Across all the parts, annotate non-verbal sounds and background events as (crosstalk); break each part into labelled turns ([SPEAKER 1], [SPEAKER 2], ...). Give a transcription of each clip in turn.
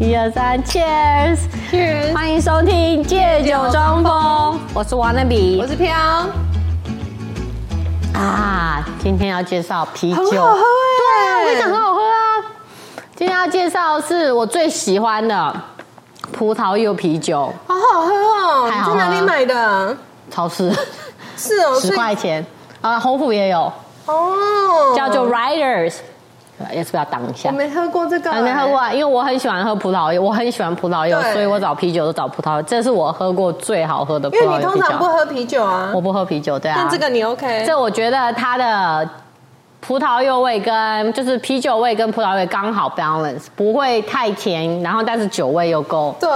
[SPEAKER 1] 一二三，Cheers！
[SPEAKER 2] Cheers！
[SPEAKER 1] 欢迎收听《借酒装疯》，我是王 a 比
[SPEAKER 2] 我是飘，
[SPEAKER 1] 啊。今天要介绍啤酒，
[SPEAKER 2] 哎
[SPEAKER 1] 真的很好喝啊。今天要介绍的是我最喜欢的葡萄柚啤酒，
[SPEAKER 2] 好好喝哦！
[SPEAKER 1] 太
[SPEAKER 2] 你
[SPEAKER 1] 好啊喝
[SPEAKER 2] 在
[SPEAKER 1] 了
[SPEAKER 2] 哪里买的？
[SPEAKER 1] 超市
[SPEAKER 2] 是哦，
[SPEAKER 1] 十块钱啊，红府也有，
[SPEAKER 2] 所以哦，
[SPEAKER 1] 叫做 Riders，也是不是要挡一下
[SPEAKER 2] 我？没喝过这个，
[SPEAKER 1] 还没喝过，啊，因为我很喜欢喝葡萄柚，我很喜欢葡萄柚，
[SPEAKER 2] 对
[SPEAKER 1] 所以我找啤酒都找葡萄柚，这是我喝过最好喝的葡
[SPEAKER 2] 因为
[SPEAKER 1] 萄
[SPEAKER 2] 你
[SPEAKER 1] 柚
[SPEAKER 2] 通
[SPEAKER 1] 啤
[SPEAKER 2] 常不
[SPEAKER 1] 酒。
[SPEAKER 2] 喝啤酒啊
[SPEAKER 1] 我，不喝啤酒，对啊。
[SPEAKER 2] 但这个你 OK，
[SPEAKER 1] 这我觉得它的葡萄柚味跟就是啤酒味跟葡萄味刚好 balance，不会太甜，然后但是酒味又够。
[SPEAKER 2] 对，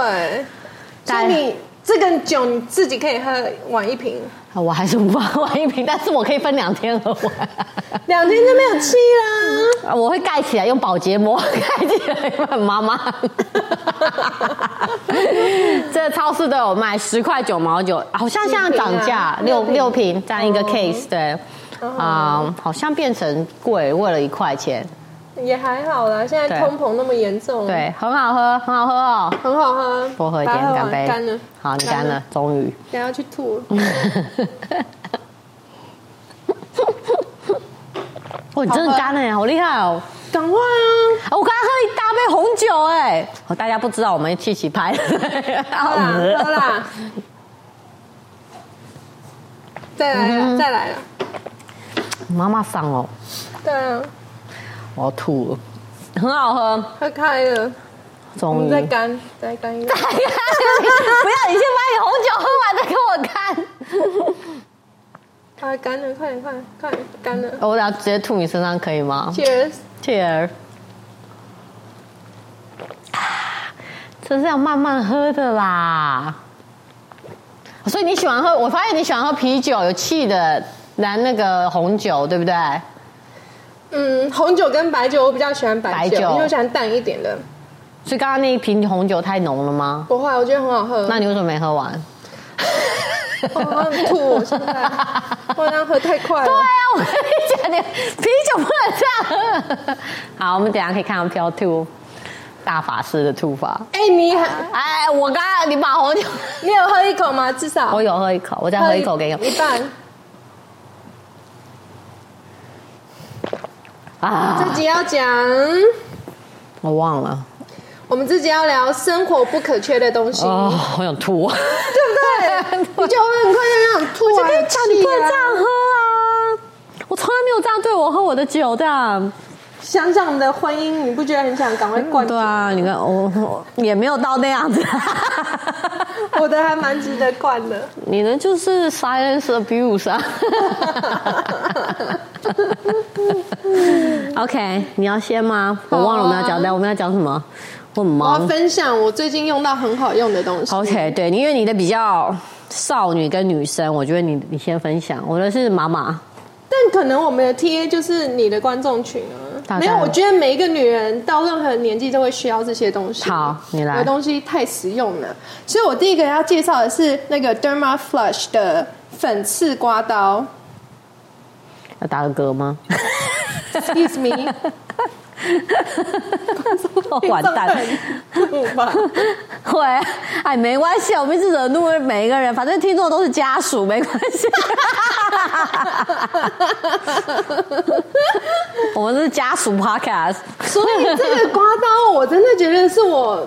[SPEAKER 2] 所
[SPEAKER 1] 大家
[SPEAKER 2] 以你这个酒你自己可以喝完一瓶，
[SPEAKER 1] 啊我还是无法喝一瓶，但是我可以分两天喝完。
[SPEAKER 2] 两天就没有气啦。
[SPEAKER 1] 啊我会盖起来，用保洁膜盖起来，很妈妈。这超市都有卖，十块九毛九，好像现在涨价，
[SPEAKER 2] 六
[SPEAKER 1] 六六
[SPEAKER 2] 瓶啊
[SPEAKER 1] 瓶嗯这样一个
[SPEAKER 2] 哦
[SPEAKER 1] case，、对，啊、好像变成贵，为了一块钱，
[SPEAKER 2] 也还好啦，现在
[SPEAKER 1] 对
[SPEAKER 2] 通膨那么严重，，
[SPEAKER 1] 对，很好喝，很好喝哦。
[SPEAKER 2] 很好喝，
[SPEAKER 1] 多喝一
[SPEAKER 2] 把
[SPEAKER 1] 点
[SPEAKER 2] 它，
[SPEAKER 1] 干
[SPEAKER 2] 完
[SPEAKER 1] 杯！
[SPEAKER 2] 干了，
[SPEAKER 1] 好，你干了，，终于。 (laughs)
[SPEAKER 2] 等一下要去吐了，
[SPEAKER 1] 哇，你真的干哎，好厉害哦！
[SPEAKER 2] 赶快啊！
[SPEAKER 1] 啊我刚才喝一大杯红酒哎，哦大家不知道我们一起拍的。
[SPEAKER 2] (laughs)
[SPEAKER 1] (laughs)
[SPEAKER 2] 好
[SPEAKER 1] 嗯
[SPEAKER 2] 啦，好啦，再来
[SPEAKER 1] 嗯
[SPEAKER 2] 了，再来了，
[SPEAKER 1] 妈妈嗓哦，
[SPEAKER 2] 对啊，
[SPEAKER 1] 我要吐了。很好喝，
[SPEAKER 2] 喝开
[SPEAKER 1] 嗯
[SPEAKER 2] 了，我
[SPEAKER 1] 终于。
[SPEAKER 2] 们
[SPEAKER 1] (laughs)
[SPEAKER 2] 再干，再干一个，
[SPEAKER 1] 不要，你先把你红酒喝完再跟我干。
[SPEAKER 2] 快干了，快点，快点，快点干了
[SPEAKER 1] 我俩直接吐你身上可以吗
[SPEAKER 2] ，Cheers！
[SPEAKER 1] ？Cheers。这是啊要慢慢喝的啦。所以你喜欢喝，我发现你喜欢喝啤酒，有气的，然那个红酒，对不对？
[SPEAKER 2] 嗯，红酒跟白酒，我比较喜欢白酒，
[SPEAKER 1] 白酒
[SPEAKER 2] 因为我喜欢淡一点的。
[SPEAKER 1] 所以刚刚那一瓶红酒太浓了吗？
[SPEAKER 2] 不会，我觉得很好喝。
[SPEAKER 1] 那你为什么没喝完？哎
[SPEAKER 2] 我好想吐，
[SPEAKER 1] (laughs)
[SPEAKER 2] 我现在我好像喝太快
[SPEAKER 1] 对
[SPEAKER 2] 了。
[SPEAKER 1] 啊，我跟你讲，你啤酒不能这样喝。好，我们等一下可以看到飘吐，大法师的吐法。
[SPEAKER 2] 哎，你还
[SPEAKER 1] 哎，我刚刚你把红酒，
[SPEAKER 2] 你有喝一口吗？至少
[SPEAKER 1] 我有喝一口，我再喝一口给你
[SPEAKER 2] 一半。
[SPEAKER 1] 啊！
[SPEAKER 2] 自己要讲，
[SPEAKER 1] 我忘了
[SPEAKER 2] 我们自己要聊生活不可缺的东西。
[SPEAKER 1] 哦，好想吐。
[SPEAKER 2] 对不对？你就会很快就让吐
[SPEAKER 1] 我
[SPEAKER 2] 啊，
[SPEAKER 1] 跟你讲，哎你不能这
[SPEAKER 2] 气啊
[SPEAKER 1] 样喝啊！我从来没有这样对我喝我的啊酒的。
[SPEAKER 2] 想想你的婚姻，你不觉得很想赶快灌？
[SPEAKER 1] 对啊，你看我我也没有到那样子。
[SPEAKER 2] 我的还蛮值得灌的。
[SPEAKER 1] (laughs) 你呢，就是 silence abuse 啊。OK，你要先吗？我忘了我们要讲，但我们要讲什么？啊我很
[SPEAKER 2] 我
[SPEAKER 1] 忙
[SPEAKER 2] 要。分享我最近用到很好用的东西。
[SPEAKER 1] OK，对，因为你的比较少女跟女生，我觉得你你先分享，我的是妈妈，
[SPEAKER 2] 但可能我们的 TA 就是你的观众群啊
[SPEAKER 1] 大。
[SPEAKER 2] 没
[SPEAKER 1] 概
[SPEAKER 2] 有，我觉得每一个女人到任何年纪都会需要这些东西。
[SPEAKER 1] 好你来
[SPEAKER 2] 我的东西太实用了，所以我第一个要介绍的是那个 Derma Flush 的粉刺刮刀。
[SPEAKER 1] 要打个嗝吗？
[SPEAKER 2] Excuse (laughs) me，
[SPEAKER 1] (laughs) 完
[SPEAKER 2] (laughs)
[SPEAKER 1] 蛋，
[SPEAKER 2] 不吧？
[SPEAKER 1] (laughs) 会，哎，没关系，我们一直惹怒每一个人，反正听众都是家属，没关系。 (laughs) 我们是家属 Podcast，
[SPEAKER 2] 所以这个刮刀，我真的觉得是我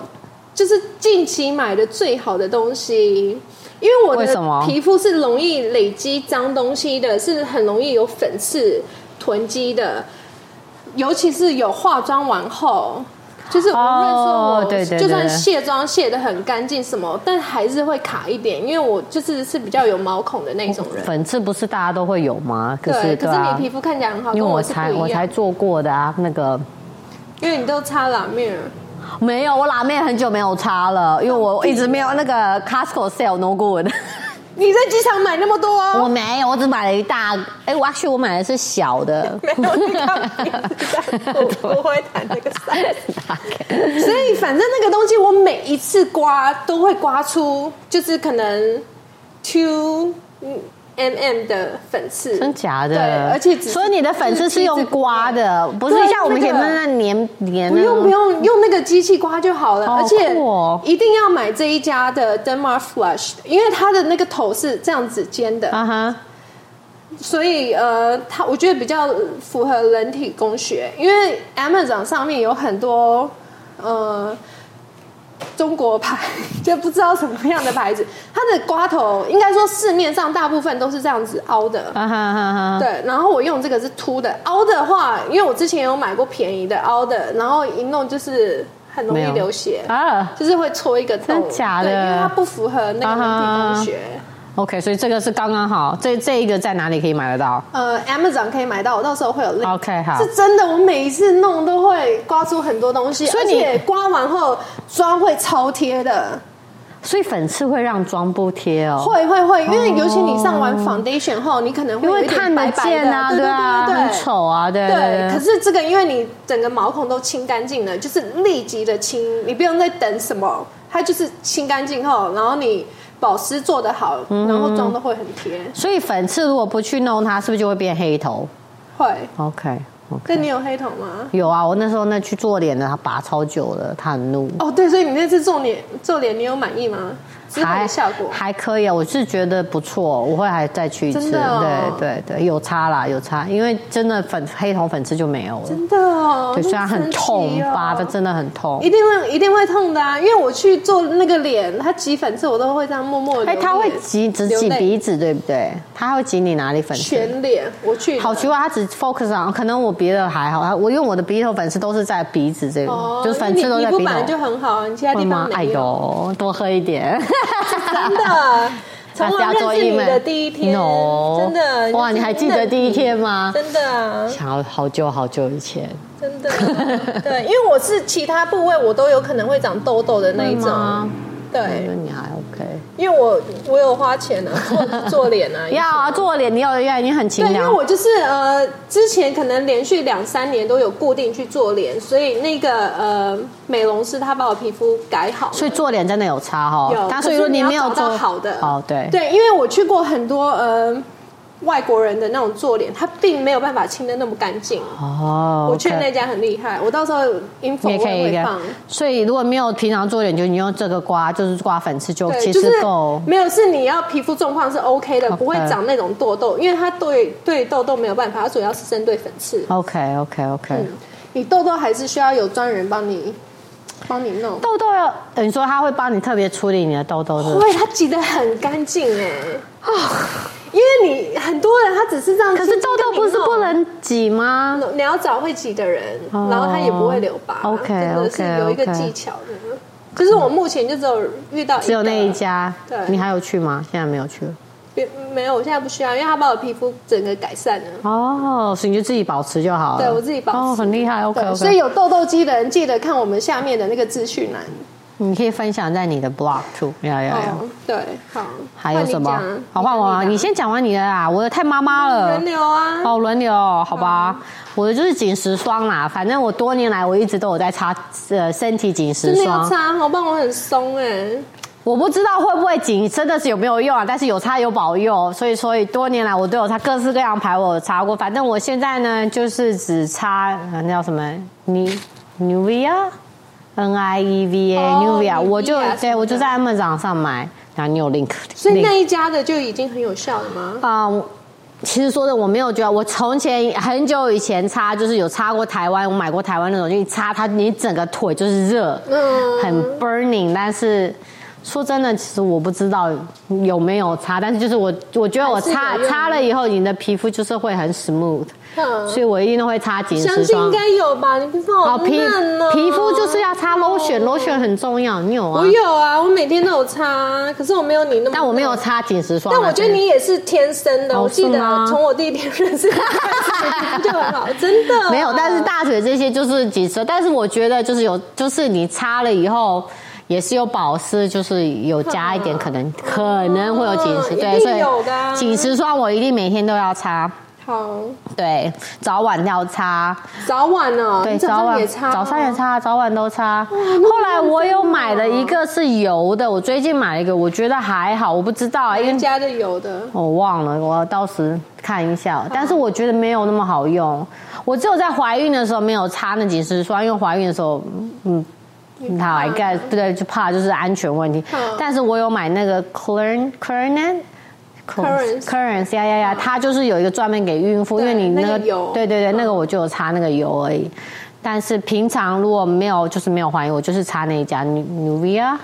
[SPEAKER 2] 就是近期买的最好的东西，因为我
[SPEAKER 1] 为什么
[SPEAKER 2] 的皮肤是容易累积脏东西的，是很容易有粉刺囤积的，尤其是有化妆完后。就是无论说我
[SPEAKER 1] 哦对对对
[SPEAKER 2] 就算卸妆卸的很干净什么，但还是会卡一点，因为我就是是比较有毛孔的那种人。
[SPEAKER 1] 粉刺不是大家都会有吗？可
[SPEAKER 2] 对，
[SPEAKER 1] 是
[SPEAKER 2] 可
[SPEAKER 1] 对
[SPEAKER 2] 是你
[SPEAKER 1] 啊，
[SPEAKER 2] 皮肤看起来很好，
[SPEAKER 1] 因为
[SPEAKER 2] 跟
[SPEAKER 1] 我
[SPEAKER 2] 是
[SPEAKER 1] 才
[SPEAKER 2] 不
[SPEAKER 1] 我
[SPEAKER 2] 一
[SPEAKER 1] 才
[SPEAKER 2] 样，
[SPEAKER 1] 做过的啊，那个
[SPEAKER 2] 因为你都擦拉面，
[SPEAKER 1] 没有，我拉面很久没有擦了，因为我一直没有那个 Costco sale no good。
[SPEAKER 2] 你在机场买那么多、哦，。
[SPEAKER 1] 我没有，我只买了一大，哎、我 actually 我买的是小 (laughs) 的
[SPEAKER 2] 没有你看别人在 (laughs) 我不会弹那个伞。
[SPEAKER 1] 大概
[SPEAKER 2] 所以反正那个东西，我每一次刮都会刮出，就是可能 two mm 的粉刺，
[SPEAKER 1] 真假的？
[SPEAKER 2] 对，而且只
[SPEAKER 1] 所以你的粉刺是用刮，的，不是
[SPEAKER 2] 对
[SPEAKER 1] 像我们以前
[SPEAKER 2] 那个
[SPEAKER 1] 那那粘粘
[SPEAKER 2] 不
[SPEAKER 1] 的。
[SPEAKER 2] 用不用用那个机器刮就好了，
[SPEAKER 1] 好
[SPEAKER 2] 而且
[SPEAKER 1] 酷哦
[SPEAKER 2] 一定要买这一家的 Denmark Flush，因为它的那个头是这样子尖的，
[SPEAKER 1] 啊哈，
[SPEAKER 2] 所以呃，它我觉得比较符合人体工学，因为 Amazon 上面有很多呃中国牌， (laughs) 就不知道什么样的牌子，它的刮头应该说市面上大部分都是这样子凹的，
[SPEAKER 1] 啊哈哈哈。
[SPEAKER 2] 对，然后我用这个是凸的，凹的话，因为我之前有买过便宜的凹的，然后一弄就是很容
[SPEAKER 1] 没
[SPEAKER 2] 易
[SPEAKER 1] 有
[SPEAKER 2] 流血，
[SPEAKER 1] 啊
[SPEAKER 2] 就是会戳一个洞，
[SPEAKER 1] 真假的啊
[SPEAKER 2] 对，因为它不符合那个人体工学。
[SPEAKER 1] ，OK，所以这个是刚刚好，这这一个在哪里可以买得到
[SPEAKER 2] 呃，Amazon 可以买到，我到时候会有 link。
[SPEAKER 1] ？OK，好，
[SPEAKER 2] 是真的，我每一次弄都会刮出很多东西，
[SPEAKER 1] 所以
[SPEAKER 2] 而
[SPEAKER 1] 你
[SPEAKER 2] 且刮完后妆会超贴的，
[SPEAKER 1] 所以粉刺会让妆不贴哦，
[SPEAKER 2] 会会会，因为尤其你上完 foundation 后，你可能会
[SPEAKER 1] 因
[SPEAKER 2] 有一
[SPEAKER 1] 为
[SPEAKER 2] 点
[SPEAKER 1] 看得
[SPEAKER 2] 白白
[SPEAKER 1] 见啊，
[SPEAKER 2] 的对
[SPEAKER 1] 啊，
[SPEAKER 2] 对对对
[SPEAKER 1] 很丑啊，对
[SPEAKER 2] 对，可
[SPEAKER 1] 对。
[SPEAKER 2] 是这个因为你整个毛孔都清干净了，就是立即的清，你不用再等什么，它就是清干净后，然后你保湿做得好，然后妆都会很贴，
[SPEAKER 1] 所以粉刺如果不去弄它，是不是就会变黑头嗯
[SPEAKER 2] 会。
[SPEAKER 1] ？OK，哦
[SPEAKER 2] 那你有黑头吗？
[SPEAKER 1] 有啊，我那时候那去做脸的，他拔超久了，他很怒。
[SPEAKER 2] 哦，对，所以你那次做脸做脸，你有满意吗？之后的效果
[SPEAKER 1] 还可以啊，我是觉得不错，我会还再去一次。
[SPEAKER 2] 真的哦
[SPEAKER 1] 对对对，有差啦，有差，因为真的粉黑头粉刺就没有了。
[SPEAKER 2] 真的哦，
[SPEAKER 1] 对，虽然
[SPEAKER 2] 那么
[SPEAKER 1] 很痛
[SPEAKER 2] 神奇，哦
[SPEAKER 1] 拔的真的很痛
[SPEAKER 2] 一。定会一定会痛的啊！因为我去做那个脸，它挤粉刺，我都会这样默默地
[SPEAKER 1] 哎，
[SPEAKER 2] 流泪。
[SPEAKER 1] 他会挤只
[SPEAKER 2] 流
[SPEAKER 1] 挤
[SPEAKER 2] 泪
[SPEAKER 1] 鼻子，对不对？他会挤你哪里粉刺？
[SPEAKER 2] 全脸，我去的
[SPEAKER 1] 好奇怪，他只 focus on，可能我别的还好，我因为我的鼻头粉刺都是在鼻子这个，
[SPEAKER 2] 哦，
[SPEAKER 1] 就粉刺都
[SPEAKER 2] 你
[SPEAKER 1] 在
[SPEAKER 2] 皮肤
[SPEAKER 1] 鼻
[SPEAKER 2] 本来
[SPEAKER 1] 头。
[SPEAKER 2] 就很好，你其他
[SPEAKER 1] 会
[SPEAKER 2] 地
[SPEAKER 1] 吗
[SPEAKER 2] 方？
[SPEAKER 1] 哎
[SPEAKER 2] 没有，
[SPEAKER 1] 呦，多喝一点。
[SPEAKER 2] 真
[SPEAKER 1] (laughs)
[SPEAKER 2] 的。从我
[SPEAKER 1] 还是要做
[SPEAKER 2] 认识
[SPEAKER 1] 医
[SPEAKER 2] 你
[SPEAKER 1] 美
[SPEAKER 2] 的第
[SPEAKER 1] (laughs)
[SPEAKER 2] 一天
[SPEAKER 1] No
[SPEAKER 2] 真的
[SPEAKER 1] 哇你还记得第一天吗
[SPEAKER 2] 真的啊，
[SPEAKER 1] 想要好久好久以前，
[SPEAKER 2] 真的，对，因为我是其他部位我都有可能会长痘痘的那一
[SPEAKER 1] 会吗
[SPEAKER 2] 种，
[SPEAKER 1] 我觉得
[SPEAKER 2] 对，
[SPEAKER 1] 你还 OK。
[SPEAKER 2] 因为我我有花钱啊，
[SPEAKER 1] (laughs)
[SPEAKER 2] 做做脸啊，
[SPEAKER 1] 要啊，做脸，你有要你很勤
[SPEAKER 2] 对，因为
[SPEAKER 1] 劳。
[SPEAKER 2] 我就是呃，之前可能连续两三年都有固定去做脸，所以那个呃美容师他把我皮肤改好了，
[SPEAKER 1] 所以做脸真的有差哈
[SPEAKER 2] 有，，
[SPEAKER 1] 但
[SPEAKER 2] 可
[SPEAKER 1] 是如果
[SPEAKER 2] 是
[SPEAKER 1] 你
[SPEAKER 2] 要
[SPEAKER 1] 没有
[SPEAKER 2] 找到
[SPEAKER 1] 做
[SPEAKER 2] 好的，
[SPEAKER 1] 哦，对，
[SPEAKER 2] 对，因为我去过很多呃外国人的那种做脸，他并没有办法清的那么干净。
[SPEAKER 1] 哦，
[SPEAKER 2] 我去
[SPEAKER 1] OK
[SPEAKER 2] 那家很厉害，我到时候 info
[SPEAKER 1] 也
[SPEAKER 2] 我
[SPEAKER 1] 可以一
[SPEAKER 2] 会
[SPEAKER 1] 个
[SPEAKER 2] 放。，
[SPEAKER 1] 所以如果没有平常做脸，就你用这个刮，就是刮粉刺就
[SPEAKER 2] 对，
[SPEAKER 1] 其
[SPEAKER 2] 就是
[SPEAKER 1] 实够。
[SPEAKER 2] 没有是你要皮肤状况是 OK 的，
[SPEAKER 1] OK
[SPEAKER 2] 不会长那种痘痘，因为它对对痘痘没有办法，它主要是针对粉刺。
[SPEAKER 1] OK OK OK，
[SPEAKER 2] 嗯，你痘痘还是需要有专人帮你帮你弄。
[SPEAKER 1] 痘痘要你说他会帮你特别处理你的痘痘是不是？
[SPEAKER 2] 会，它挤得很干净哎，因为你很多人他只是这样
[SPEAKER 1] 可
[SPEAKER 2] 轻
[SPEAKER 1] 是
[SPEAKER 2] 轻
[SPEAKER 1] 痘
[SPEAKER 2] 跟你
[SPEAKER 1] 痘
[SPEAKER 2] 弄，
[SPEAKER 1] 不是不能挤吗？
[SPEAKER 2] 你要找会挤的人，
[SPEAKER 1] 哦
[SPEAKER 2] 然后他也不会留疤。
[SPEAKER 1] OK，
[SPEAKER 2] 真的
[SPEAKER 1] OK，
[SPEAKER 2] 是有一个
[SPEAKER 1] OK
[SPEAKER 2] 技巧的。就是我目前就只有遇到
[SPEAKER 1] 只有那一
[SPEAKER 2] 个，
[SPEAKER 1] 家
[SPEAKER 2] 对，
[SPEAKER 1] 你还有去吗？现在没有去了。
[SPEAKER 2] 别没有，我现在不需要，因为他把我皮肤整个改善了。
[SPEAKER 1] 哦，所以你就自己保持就好了。
[SPEAKER 2] 对我自己保持
[SPEAKER 1] 哦，很厉害。OK
[SPEAKER 2] 对，
[SPEAKER 1] OK。
[SPEAKER 2] 所以有痘痘肌的人记得看我们下面的那个资讯栏。
[SPEAKER 1] 你可以分享在你的 blog too。有有有。
[SPEAKER 2] 哦，对，好。
[SPEAKER 1] 还有
[SPEAKER 2] 换你
[SPEAKER 1] 什么
[SPEAKER 2] 讲啊？
[SPEAKER 1] 好，换我啊！
[SPEAKER 2] 讲
[SPEAKER 1] 你先讲完你的啦，我的太妈妈了
[SPEAKER 2] 轮。流啊。
[SPEAKER 1] 哦，轮流哦，好吧，我的就是紧实霜啦。反正我多年来我一直都有在擦呃身体紧实
[SPEAKER 2] 真的有
[SPEAKER 1] 霜，
[SPEAKER 2] 擦，好棒，我很松哎、
[SPEAKER 1] 我不知道会不会紧，真的是有没有用啊？但是有擦有保佑，所以所以多年来我都有擦各式各样牌，我有擦过。反正我现在呢就是只擦呃那叫什么你 Nivea N I E V A
[SPEAKER 2] 哦
[SPEAKER 1] Nivea，我就
[SPEAKER 2] Nivea 什么
[SPEAKER 1] 对
[SPEAKER 2] 的
[SPEAKER 1] 我就在 Amazon 上买，然后你有 link，
[SPEAKER 2] 所以
[SPEAKER 1] link
[SPEAKER 2] 那一家的就已经很有效了吗？
[SPEAKER 1] 嗯，其实说的我没有觉得，我从前很久以前擦，就是有擦过台湾，我买过台湾那种，就一擦它，你整个腿就是热，
[SPEAKER 2] 嗯
[SPEAKER 1] 很 burning。但是说真的，其实我不知道有没有擦，但是就是我我觉得我擦
[SPEAKER 2] 还是有用
[SPEAKER 1] 擦了以后，你的皮肤就是会很 smooth，、
[SPEAKER 2] 嗯
[SPEAKER 1] 所以我一定都会擦紧
[SPEAKER 2] 相
[SPEAKER 1] 实
[SPEAKER 2] 信
[SPEAKER 1] 霜。
[SPEAKER 2] 应该有吧？你皮肤
[SPEAKER 1] 哦，
[SPEAKER 2] 好
[SPEAKER 1] 皮
[SPEAKER 2] 嫩哦，
[SPEAKER 1] 皮肤就是要擦 lotion，lotion、很重要，你有啊
[SPEAKER 2] 我？有啊，我每天都有擦，啊可是我没有你那么。
[SPEAKER 1] 但我没有。擦紧实霜啊，
[SPEAKER 2] 但我觉得你也是天生的，
[SPEAKER 1] 哦
[SPEAKER 2] 我记
[SPEAKER 1] 是
[SPEAKER 2] 得啊
[SPEAKER 1] 吗
[SPEAKER 2] 从我第一天认识你开始，
[SPEAKER 1] (laughs)
[SPEAKER 2] (laughs) 你皮肤就很好，啊真的
[SPEAKER 1] 没有，但是大腿这些就是几折，但是我觉得就是有，就是你擦了以后。也是有保湿，就是有加一点，可能可能会有紧实，
[SPEAKER 2] 哦一定
[SPEAKER 1] 对，所
[SPEAKER 2] 有的啊
[SPEAKER 1] 以紧实霜我一定每天都要擦。
[SPEAKER 2] 好，
[SPEAKER 1] 对，早晚要擦，
[SPEAKER 2] 早晚呢、
[SPEAKER 1] 对，
[SPEAKER 2] 你早
[SPEAKER 1] 早
[SPEAKER 2] 上
[SPEAKER 1] 晚
[SPEAKER 2] 也擦吗，
[SPEAKER 1] 早上也擦，早晚都擦。
[SPEAKER 2] 那
[SPEAKER 1] 后来我有买了
[SPEAKER 2] 真的哦
[SPEAKER 1] 一个是油的，我最近买了一个，我觉得还好，我不知道啊，因
[SPEAKER 2] 人
[SPEAKER 1] 为
[SPEAKER 2] 哦家的有的，
[SPEAKER 1] 我忘了，我到时看一下。但是我觉得没有那么好用，我只有在怀孕的时候没有擦那紧实霜，因为怀孕的时候，嗯。
[SPEAKER 2] 你
[SPEAKER 1] 嗯好
[SPEAKER 2] 怕
[SPEAKER 1] ，I guess 对，就怕就是安全问题
[SPEAKER 2] 嗯。
[SPEAKER 1] 但是我有买那个 Clearn Clearn
[SPEAKER 2] Clarins
[SPEAKER 1] Clearns 呀呀呀，它就是有一个专门给孕妇，因为
[SPEAKER 2] 嗯对
[SPEAKER 1] 你
[SPEAKER 2] 那
[SPEAKER 1] 那
[SPEAKER 2] 个
[SPEAKER 1] 个
[SPEAKER 2] 油嗯
[SPEAKER 1] 对对对，那个我就有擦那个油而已。但是平常如果没有就是没有怀孕，我就是擦那一家 Nu- Nuvia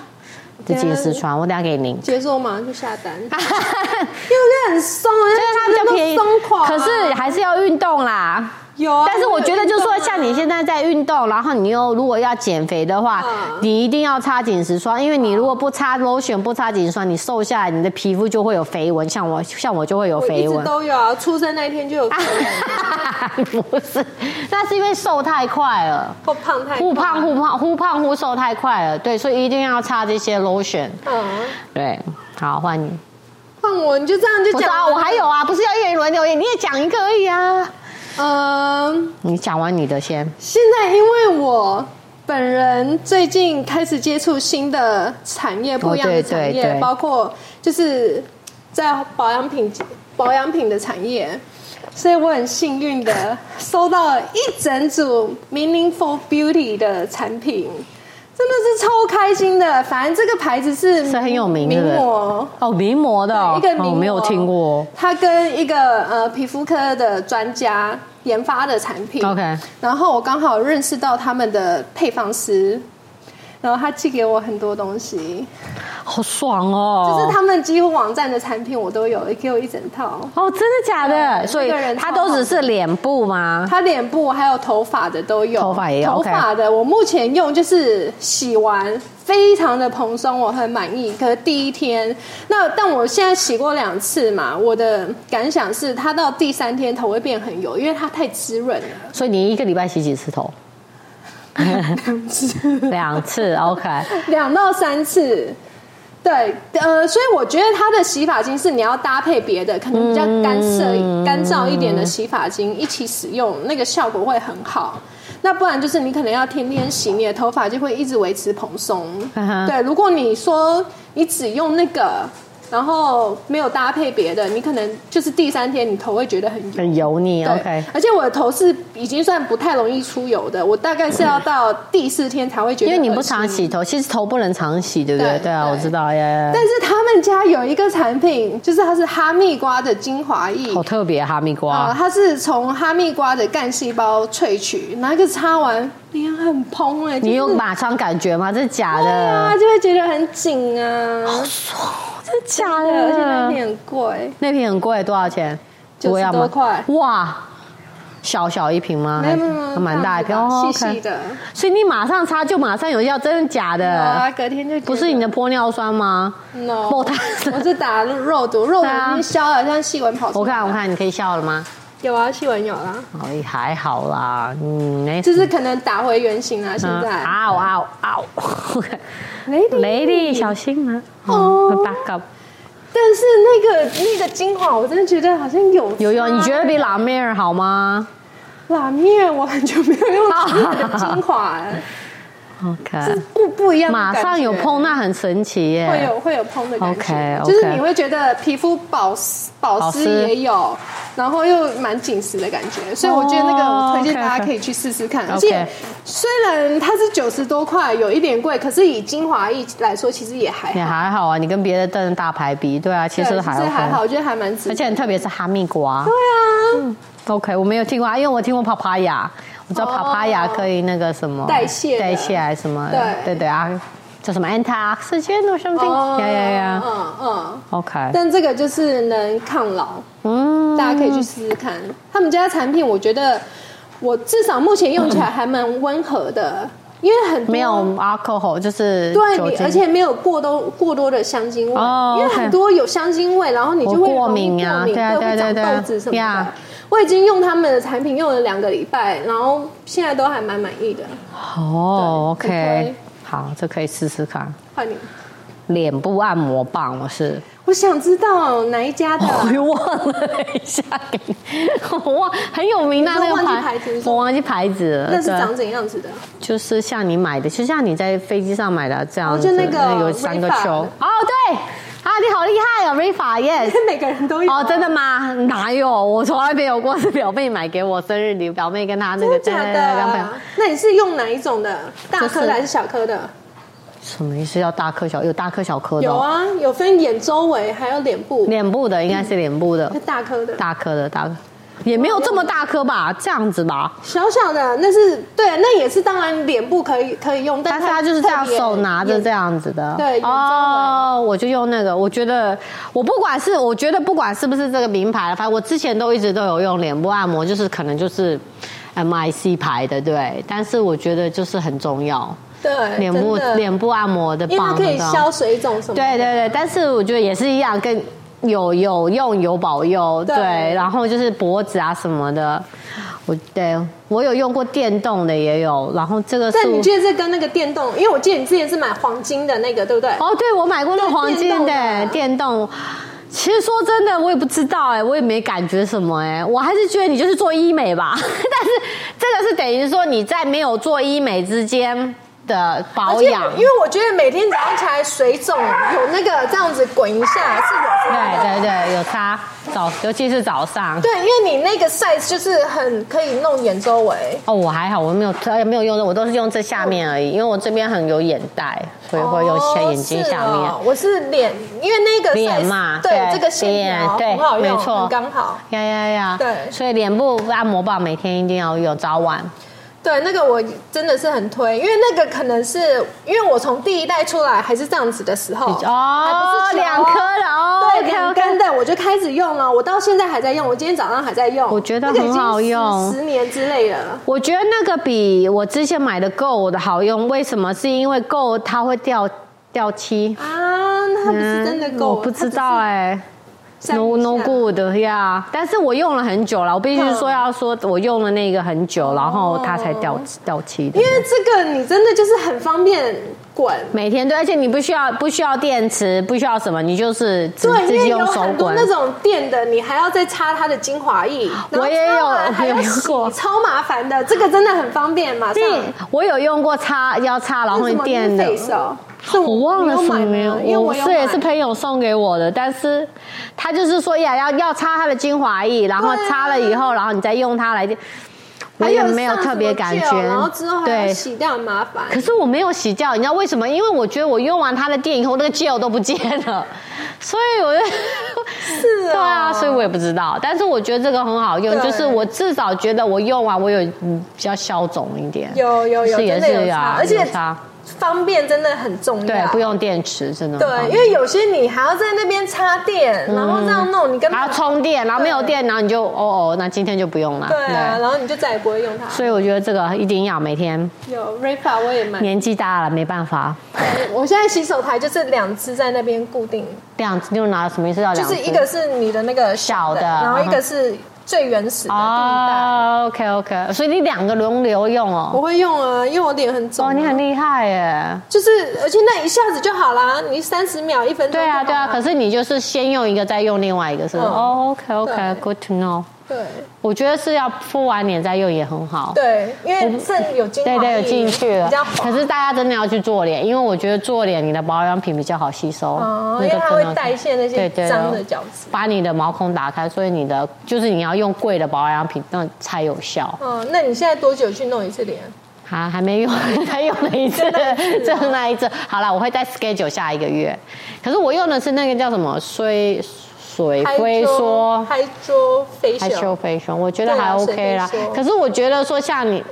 [SPEAKER 1] 的紧实霜，我等一下给您。
[SPEAKER 2] 接受马上就下单，
[SPEAKER 1] 啊
[SPEAKER 2] 因为我觉得很松，
[SPEAKER 1] 但是它比较便宜
[SPEAKER 2] 都松垮、，啊
[SPEAKER 1] 可是还是要运动啦。
[SPEAKER 2] 有啊，
[SPEAKER 1] 但是我觉得，就是说，
[SPEAKER 2] 运动啊
[SPEAKER 1] 像你现在在运动，然后你又如果要减肥的话
[SPEAKER 2] 嗯，
[SPEAKER 1] 你一定要擦紧实霜，因为你如果不擦 lotion，不擦紧实霜，你瘦下来，你的皮肤就会有绯闻，像我，像我就会有
[SPEAKER 2] 我一
[SPEAKER 1] 绯
[SPEAKER 2] 直
[SPEAKER 1] 闻。
[SPEAKER 2] 都有啊，出生那一天就有，
[SPEAKER 1] 不是， (laughs) 那是因为瘦太快了，
[SPEAKER 2] 或胖太啊
[SPEAKER 1] 忽
[SPEAKER 2] 快
[SPEAKER 1] 胖忽胖忽胖忽瘦太快了，对，所以一定要擦这些 lotion。
[SPEAKER 2] 嗯，
[SPEAKER 1] 对，好，换你。
[SPEAKER 2] 换我，你就这样就
[SPEAKER 1] 不知
[SPEAKER 2] 讲
[SPEAKER 1] 道，
[SPEAKER 2] 完
[SPEAKER 1] 我还有啊，不是要一人轮流演，你也讲一个而已啊。
[SPEAKER 2] 嗯，
[SPEAKER 1] 你讲完你的先。
[SPEAKER 2] 现在因为我本人最近开始接触新的产业，不一样的
[SPEAKER 1] 哦对
[SPEAKER 2] 产
[SPEAKER 1] 对
[SPEAKER 2] 业，
[SPEAKER 1] 对
[SPEAKER 2] 包括就是在保养品保养品的产业，所以我很幸运的收到了一整组 Meaningful Beauty 的产品。真的是超开心的，反正这个牌子是
[SPEAKER 1] 是很有名的
[SPEAKER 2] 名模，
[SPEAKER 1] 哦，名模的哦、
[SPEAKER 2] 一个名
[SPEAKER 1] 哦
[SPEAKER 2] 模、
[SPEAKER 1] 没有听过。
[SPEAKER 2] 他跟一个呃皮肤科的专家研发的产品。
[SPEAKER 1] OK
[SPEAKER 2] 然后我刚好认识到他们的配方师，然后他寄给我很多东西，
[SPEAKER 1] 好爽哦！
[SPEAKER 2] 就是他们几乎网站的产品我都有，给我一整套。
[SPEAKER 1] 哦，真的假的？
[SPEAKER 2] 对
[SPEAKER 1] 所以
[SPEAKER 2] 那个人
[SPEAKER 1] 他
[SPEAKER 2] 超好
[SPEAKER 1] 都只是脸部吗？
[SPEAKER 2] 他脸部还有头发的都有，
[SPEAKER 1] 头发也有
[SPEAKER 2] 头
[SPEAKER 1] OK
[SPEAKER 2] 发的我目前用就是洗完非常的蓬松，我很满意。可是第一天，那但我现在洗过两次嘛，我的感想是它到第三天头会变很油，因为它太滋润了。
[SPEAKER 1] 所以你一个礼拜洗几次头？ (laughs) 两次，OK。
[SPEAKER 2] 两到三次。对，呃，所以我觉得它的洗发精是你要搭配别的，可能比较干涩、
[SPEAKER 1] 嗯
[SPEAKER 2] 干燥一点的洗发精一起使用，那个效果会很好。那不然就是你可能要天天洗，你的头发就会一直维持蓬松。
[SPEAKER 1] 嗯哼
[SPEAKER 2] 对，如果你说你只用那个，然后没有搭配别的，你可能就是第三天你头会觉得很油。
[SPEAKER 1] 很油腻
[SPEAKER 2] 对
[SPEAKER 1] ，OK。
[SPEAKER 2] 而且我的头是已经算不太容易出油的，我大概是要到第四天才会觉得
[SPEAKER 1] 因
[SPEAKER 2] 恶
[SPEAKER 1] 为
[SPEAKER 2] 心。
[SPEAKER 1] 你不常洗头，其实头不能常洗，对不对？
[SPEAKER 2] 对
[SPEAKER 1] 对啊，
[SPEAKER 2] 对
[SPEAKER 1] 我知道耶。
[SPEAKER 2] 但是他们家有一个产品，就是它是哈密瓜的精华液
[SPEAKER 1] 好。特别，哈密
[SPEAKER 2] 啊、
[SPEAKER 1] 瓜。
[SPEAKER 2] 它是从哈密瓜的干细胞萃取，那个擦完脸很蓬哎、就是
[SPEAKER 1] 你有马上感觉吗？这是假
[SPEAKER 2] 对啊，
[SPEAKER 1] 的，
[SPEAKER 2] 就会觉得很紧啊，
[SPEAKER 1] 这是假
[SPEAKER 2] 对，啊而且那
[SPEAKER 1] 的。
[SPEAKER 2] 瓶很贵，
[SPEAKER 1] 那瓶很贵，多少钱？
[SPEAKER 2] 90
[SPEAKER 1] 我要买
[SPEAKER 2] 多块
[SPEAKER 1] 哇，小小一瓶吗？
[SPEAKER 2] 没有没有没有，
[SPEAKER 1] 蛮大一瓶，
[SPEAKER 2] 这
[SPEAKER 1] 哦
[SPEAKER 2] 样子吧
[SPEAKER 1] ，OK
[SPEAKER 2] 细细的，
[SPEAKER 1] 所以你马上擦就马上有效，真的假
[SPEAKER 2] 好
[SPEAKER 1] 的？
[SPEAKER 2] 啊，隔天就
[SPEAKER 1] 呃
[SPEAKER 2] 觉得
[SPEAKER 1] 不是你的玻尿酸吗？
[SPEAKER 2] no，
[SPEAKER 1] 爆胎
[SPEAKER 2] (laughs) 我是打肉毒，肉毒
[SPEAKER 1] 对啊
[SPEAKER 2] 已经消了，现在细纹跑出来
[SPEAKER 1] 我看我看，你可以笑了吗？
[SPEAKER 2] 有啊，细纹有啦，
[SPEAKER 1] 哦，也还好啦，嗯，没
[SPEAKER 2] 就
[SPEAKER 1] 事。
[SPEAKER 2] 是可能打回原形啦，现
[SPEAKER 1] 嗯
[SPEAKER 2] 在
[SPEAKER 1] 嗷嗷嗷
[SPEAKER 2] (laughs) Lady
[SPEAKER 1] ，Lady 小心啊！
[SPEAKER 2] 哦
[SPEAKER 1] 哦，back up，
[SPEAKER 2] 但是那个那个精华，我真的觉得好像有
[SPEAKER 1] 有有，你觉
[SPEAKER 2] 得
[SPEAKER 1] 得比拉妹儿好吗
[SPEAKER 2] 拉面？我很久没有
[SPEAKER 1] (laughs)
[SPEAKER 2] 用拉面的精华了，
[SPEAKER 1] ？OK，
[SPEAKER 2] 不不一样的
[SPEAKER 1] 马
[SPEAKER 2] 感觉，
[SPEAKER 1] 上有碰，那很神奇
[SPEAKER 2] 会
[SPEAKER 1] 耶。
[SPEAKER 2] 有会有碰的感觉
[SPEAKER 1] OK，OK
[SPEAKER 2] 就是你会觉得皮肤保湿保
[SPEAKER 1] 保
[SPEAKER 2] 湿
[SPEAKER 1] 湿
[SPEAKER 2] 也有，然后又蛮紧实的感觉，所以我觉得那个
[SPEAKER 1] 哦
[SPEAKER 2] 我推荐
[SPEAKER 1] OK，OK
[SPEAKER 2] 大家可以去试试看。
[SPEAKER 1] OK
[SPEAKER 2] 而且虽然它是九十多块，有一点贵，可是以精华液来说，其实也还
[SPEAKER 1] 也
[SPEAKER 2] 好，
[SPEAKER 1] 还好啊，你跟别的灯大牌比，对啊，其
[SPEAKER 2] 对
[SPEAKER 1] 实
[SPEAKER 2] 其实还
[SPEAKER 1] OK
[SPEAKER 2] 好，。我觉得还蛮值得。
[SPEAKER 1] 而且很特嗯别是哈密瓜。
[SPEAKER 2] 对啊，
[SPEAKER 1] OK，我没有听过，啊因为我听过帕帕雅，我知道帕帕雅可以那个什么
[SPEAKER 2] 哦代谢的
[SPEAKER 1] 代谢还是什么的，
[SPEAKER 2] 对
[SPEAKER 1] 对对啊，叫什么 antioxidant or something，呀呀呀
[SPEAKER 2] 嗯嗯。
[SPEAKER 1] ，OK，
[SPEAKER 2] 但这个就是能抗老，
[SPEAKER 1] 嗯，
[SPEAKER 2] 大家可以去试试看。他们家的产品，我觉得我至少目前用起来还蛮温和的，因为很多
[SPEAKER 1] 没有 alcohol 就是酒
[SPEAKER 2] 啊对，
[SPEAKER 1] 精
[SPEAKER 2] 而且没有过多过多的香精味，
[SPEAKER 1] 哦
[SPEAKER 2] 因为
[SPEAKER 1] OK
[SPEAKER 2] 很多有香精味，然后你就会
[SPEAKER 1] 我
[SPEAKER 2] 容易
[SPEAKER 1] 过
[SPEAKER 2] 过
[SPEAKER 1] 敏啊对啊
[SPEAKER 2] 会
[SPEAKER 1] 对啊对啊
[SPEAKER 2] 长痘子什么
[SPEAKER 1] 对
[SPEAKER 2] 的
[SPEAKER 1] 啊。
[SPEAKER 2] 我已经用他们的产品用了两个礼拜，然后现在都还蛮满意的。
[SPEAKER 1] 哦
[SPEAKER 2] 对很
[SPEAKER 1] ，OK，好，这可以试试看。
[SPEAKER 2] 换你，
[SPEAKER 1] 脸部按摩棒，我是。
[SPEAKER 2] 我想知道哪一家的、啊
[SPEAKER 1] 我又忘了一下，给你我忘很有名那
[SPEAKER 2] 你
[SPEAKER 1] 那
[SPEAKER 2] 都
[SPEAKER 1] 个
[SPEAKER 2] 忘记
[SPEAKER 1] 牌，
[SPEAKER 2] 牌子是什么
[SPEAKER 1] 我忘记牌子了。
[SPEAKER 2] 那是
[SPEAKER 1] 对啊
[SPEAKER 2] 长怎样子的？ (laughs)
[SPEAKER 1] 就是像你买的，就像你在飞机上买的这样
[SPEAKER 2] 哦
[SPEAKER 1] 子，
[SPEAKER 2] 就那个
[SPEAKER 1] 有三个
[SPEAKER 2] Rifa
[SPEAKER 1] 球。哦，对，啊，你好厉害哦，Rifa yes。
[SPEAKER 2] 每个人都有啊
[SPEAKER 1] 哦，真的吗？哪有？我从来没有过，是表妹买给我生日礼，表妹跟她那
[SPEAKER 2] 真
[SPEAKER 1] 个哎
[SPEAKER 2] 的假
[SPEAKER 1] 对对对对对对对
[SPEAKER 2] 的？那你是用哪一种的？大颗
[SPEAKER 1] 就是
[SPEAKER 2] 的还是小颗的？
[SPEAKER 1] 什么意思？要大颗小有大颗小颗的
[SPEAKER 2] 有
[SPEAKER 1] 哦、
[SPEAKER 2] 啊，有分眼周围还有脸部，
[SPEAKER 1] 脸部的应该是脸部的，
[SPEAKER 2] 那大颗的，
[SPEAKER 1] 大颗的大颗，也没有这么大颗吧？这样子吧？
[SPEAKER 2] 小小的那是对，啊那也是当然脸部可以可以用，
[SPEAKER 1] 但
[SPEAKER 2] 但
[SPEAKER 1] 是它就是这样
[SPEAKER 2] 特别
[SPEAKER 1] 手拿着
[SPEAKER 2] 眼
[SPEAKER 1] 这样子的，
[SPEAKER 2] 对眼周围
[SPEAKER 1] 哦，我就用那个。我觉得我不管是我觉得不管是不是这个名牌，反正我之前都一直都有用脸部按摩，就是可能就是 MIC 牌的，对。但是我觉得就是很重要，
[SPEAKER 2] 对
[SPEAKER 1] 脸部
[SPEAKER 2] 真的
[SPEAKER 1] 脸部按摩的
[SPEAKER 2] 因为它
[SPEAKER 1] 棒，
[SPEAKER 2] 可以
[SPEAKER 1] 很重要
[SPEAKER 2] 消水肿什么的。
[SPEAKER 1] 对对对，但是我觉得也是一样，跟有有用有保佑，对
[SPEAKER 2] 对
[SPEAKER 1] 然后就是脖子啊什么的，我对我有用过电动的也有，然后这个是
[SPEAKER 2] 但
[SPEAKER 1] 我
[SPEAKER 2] 你记得这跟那个电动，因为我记得你之前是买黄金的那个，对不对？
[SPEAKER 1] 哦，对我买过那个黄金
[SPEAKER 2] 对电动
[SPEAKER 1] 的
[SPEAKER 2] 的
[SPEAKER 1] 电动。其实说真的，我也不知道哎、我也没感觉什么哎、我还是觉得你就是做医美吧。 (laughs) 但是这个是等于说你在没有做医美之间的保养，
[SPEAKER 2] 因为我觉得每天早上起来水肿，有那个这样子滚一下是有差的。
[SPEAKER 1] 对对对，有差早，尤其是早上。
[SPEAKER 2] 对，因为你那个 size 就是很可以弄眼周围。
[SPEAKER 1] 哦，我还好，我没有特没有用的，我都是用这下面而已，因为我这边很有眼袋，所以会用下眼睛下
[SPEAKER 2] 哦
[SPEAKER 1] 面
[SPEAKER 2] 是。哦我是脸，因为 (laughs) 那个 size,
[SPEAKER 1] 脸嘛，
[SPEAKER 2] 对这个线条
[SPEAKER 1] 对
[SPEAKER 2] 很好，
[SPEAKER 1] 没
[SPEAKER 2] 用，
[SPEAKER 1] 错，
[SPEAKER 2] 很刚好。
[SPEAKER 1] 呀呀呀，
[SPEAKER 2] 对
[SPEAKER 1] 所以脸部按摩棒每天一定要有，早晚。
[SPEAKER 2] 对，那个我真的是很推，因为那个可能是因为我从第一代出来还是这样子的时候，还不
[SPEAKER 1] 哦，
[SPEAKER 2] 是球
[SPEAKER 1] 两颗了哦，
[SPEAKER 2] 对，
[SPEAKER 1] OK，OK
[SPEAKER 2] 两根的我就开始用了，我到现在还在用，我今天早上还在用，
[SPEAKER 1] 我觉得
[SPEAKER 2] 那个已经
[SPEAKER 1] 很好用
[SPEAKER 2] 十十年之类了。
[SPEAKER 1] 我觉得那个比我之前买的 Gold 的好用，为什么？是因为 Gold 它会掉掉漆。嗯
[SPEAKER 2] 啊，那它不是真的
[SPEAKER 1] 我
[SPEAKER 2] 够、
[SPEAKER 1] 不知道哎、
[SPEAKER 2] 它只是
[SPEAKER 1] No
[SPEAKER 2] 三
[SPEAKER 1] no
[SPEAKER 2] 下
[SPEAKER 1] good 呀、但是我用了很久了，我必须说
[SPEAKER 2] 嗯
[SPEAKER 1] 要说，我用了那个很久，然后它才
[SPEAKER 2] 哦
[SPEAKER 1] 掉掉漆的
[SPEAKER 2] 因。为这个你真的就是很方便滚，
[SPEAKER 1] 每天对，而且你不需要不需要电池，不需要什么，你就是只
[SPEAKER 2] 对，
[SPEAKER 1] 自
[SPEAKER 2] 因
[SPEAKER 1] 己
[SPEAKER 2] 为
[SPEAKER 1] 用
[SPEAKER 2] 有
[SPEAKER 1] 手
[SPEAKER 2] 很多
[SPEAKER 1] 滚。
[SPEAKER 2] 那种电的，你还要再擦它的精华液，然后
[SPEAKER 1] 我也
[SPEAKER 2] 擦完
[SPEAKER 1] 有
[SPEAKER 2] 还
[SPEAKER 1] 我
[SPEAKER 2] 要
[SPEAKER 1] 有用
[SPEAKER 2] 洗
[SPEAKER 1] 过
[SPEAKER 2] 超麻烦的，这个真的很方便，马上。
[SPEAKER 1] 对，我有用过擦要擦，然后
[SPEAKER 2] 那
[SPEAKER 1] 你
[SPEAKER 2] 什么
[SPEAKER 1] 电的。
[SPEAKER 2] Face 哦是
[SPEAKER 1] 我忘了
[SPEAKER 2] 你
[SPEAKER 1] 什
[SPEAKER 2] 有买吗
[SPEAKER 1] 么，
[SPEAKER 2] 因为我有
[SPEAKER 1] 是也
[SPEAKER 2] 买
[SPEAKER 1] 是朋友送给我的，但是他就是说呀，要要擦他的精华液，然后
[SPEAKER 2] 对啊
[SPEAKER 1] 擦了以后，然后你再用它来，我
[SPEAKER 2] 还
[SPEAKER 1] 也
[SPEAKER 2] 有
[SPEAKER 1] 没有
[SPEAKER 2] 上
[SPEAKER 1] 特别
[SPEAKER 2] 什么
[SPEAKER 1] 感
[SPEAKER 2] 旧
[SPEAKER 1] 觉。
[SPEAKER 2] 然后之后还要
[SPEAKER 1] 对，
[SPEAKER 2] 洗掉，很麻烦。
[SPEAKER 1] 可是我没有洗掉，你知道为什么？因为我觉得我用完他的电以后，那个 gel 都不见了， (laughs) 所以我就
[SPEAKER 2] 是
[SPEAKER 1] (laughs)
[SPEAKER 2] 哦
[SPEAKER 1] 对啊，所以我也不知道。但是我觉得这个很好用，
[SPEAKER 2] 对
[SPEAKER 1] 就是我至少觉得我用完我有嗯比较消肿一点，
[SPEAKER 2] 有有哦有
[SPEAKER 1] 是也
[SPEAKER 2] 真的有
[SPEAKER 1] 是啊
[SPEAKER 2] 差，而且
[SPEAKER 1] 有差
[SPEAKER 2] 方便真的很重要。
[SPEAKER 1] 对不用电池，真的很方
[SPEAKER 2] 对，
[SPEAKER 1] 便
[SPEAKER 2] 因为有些你还要在那边插电，然后这样弄，你根本
[SPEAKER 1] 嗯还要充电，然后没有电，然后你就哦哦，那今天就不用了，
[SPEAKER 2] 对啊，然后你就再也不会用它。
[SPEAKER 1] 所以我觉得这个一定要每天，
[SPEAKER 2] 有 Rifa 我也买，
[SPEAKER 1] 年纪大了没办法，
[SPEAKER 2] 对我现在洗手台就是两只在那边固定，
[SPEAKER 1] 这样子又拿什么意思？要
[SPEAKER 2] 就
[SPEAKER 1] 两
[SPEAKER 2] 是一
[SPEAKER 1] 只
[SPEAKER 2] 个是你的那个
[SPEAKER 1] 小
[SPEAKER 2] 小
[SPEAKER 1] 的
[SPEAKER 2] 然后一个是最原始的第一代。
[SPEAKER 1] 哦，OK OK，所以你两个轮流用哦。
[SPEAKER 2] 我会用啊，因为我脸很肿啊。
[SPEAKER 1] 哦，你很厉害耶！
[SPEAKER 2] 就是，而且那一下子就好啦，你三十秒、一分钟
[SPEAKER 1] 对
[SPEAKER 2] 就好
[SPEAKER 1] 啊，
[SPEAKER 2] 啦。
[SPEAKER 1] 对啊，可是你就是先用一个，再用另外一个，是吗？
[SPEAKER 2] 嗯
[SPEAKER 1] 哦，OK OK，Good to know。
[SPEAKER 2] 对
[SPEAKER 1] 我觉得是要敷完脸再用也很好。
[SPEAKER 2] 对，因为这有精
[SPEAKER 1] 对
[SPEAKER 2] 华
[SPEAKER 1] 对，
[SPEAKER 2] 液，
[SPEAKER 1] 有进去了
[SPEAKER 2] 比较。滑
[SPEAKER 1] 可是大家真的要去做脸，因为我觉得做脸你的保养品比较好吸收，
[SPEAKER 2] 哦，
[SPEAKER 1] 那
[SPEAKER 2] 因为
[SPEAKER 1] 个
[SPEAKER 2] 它
[SPEAKER 1] 真的
[SPEAKER 2] 会代谢那
[SPEAKER 1] 对
[SPEAKER 2] 些
[SPEAKER 1] 对
[SPEAKER 2] 脏的角质。
[SPEAKER 1] 把你的毛孔打开，所以你的就是你要用贵的保养品，那才有效。
[SPEAKER 2] 哦，那你现在多久去弄一次脸？
[SPEAKER 1] 啊，还没用， (laughs) 才用了一次
[SPEAKER 2] 就那一，次
[SPEAKER 1] 就
[SPEAKER 2] 哦
[SPEAKER 1] 那一次。好了，我会再 schedule 下一个月。可是我用的是那个叫什么水水飞梭
[SPEAKER 2] 嗨桌飞
[SPEAKER 1] 害羞
[SPEAKER 2] 袖，
[SPEAKER 1] 飞熊，我觉得
[SPEAKER 2] 哦对啊
[SPEAKER 1] 还
[SPEAKER 2] 水
[SPEAKER 1] OK
[SPEAKER 2] 飞
[SPEAKER 1] 啦。
[SPEAKER 2] 熊
[SPEAKER 1] 可是我觉得说像你，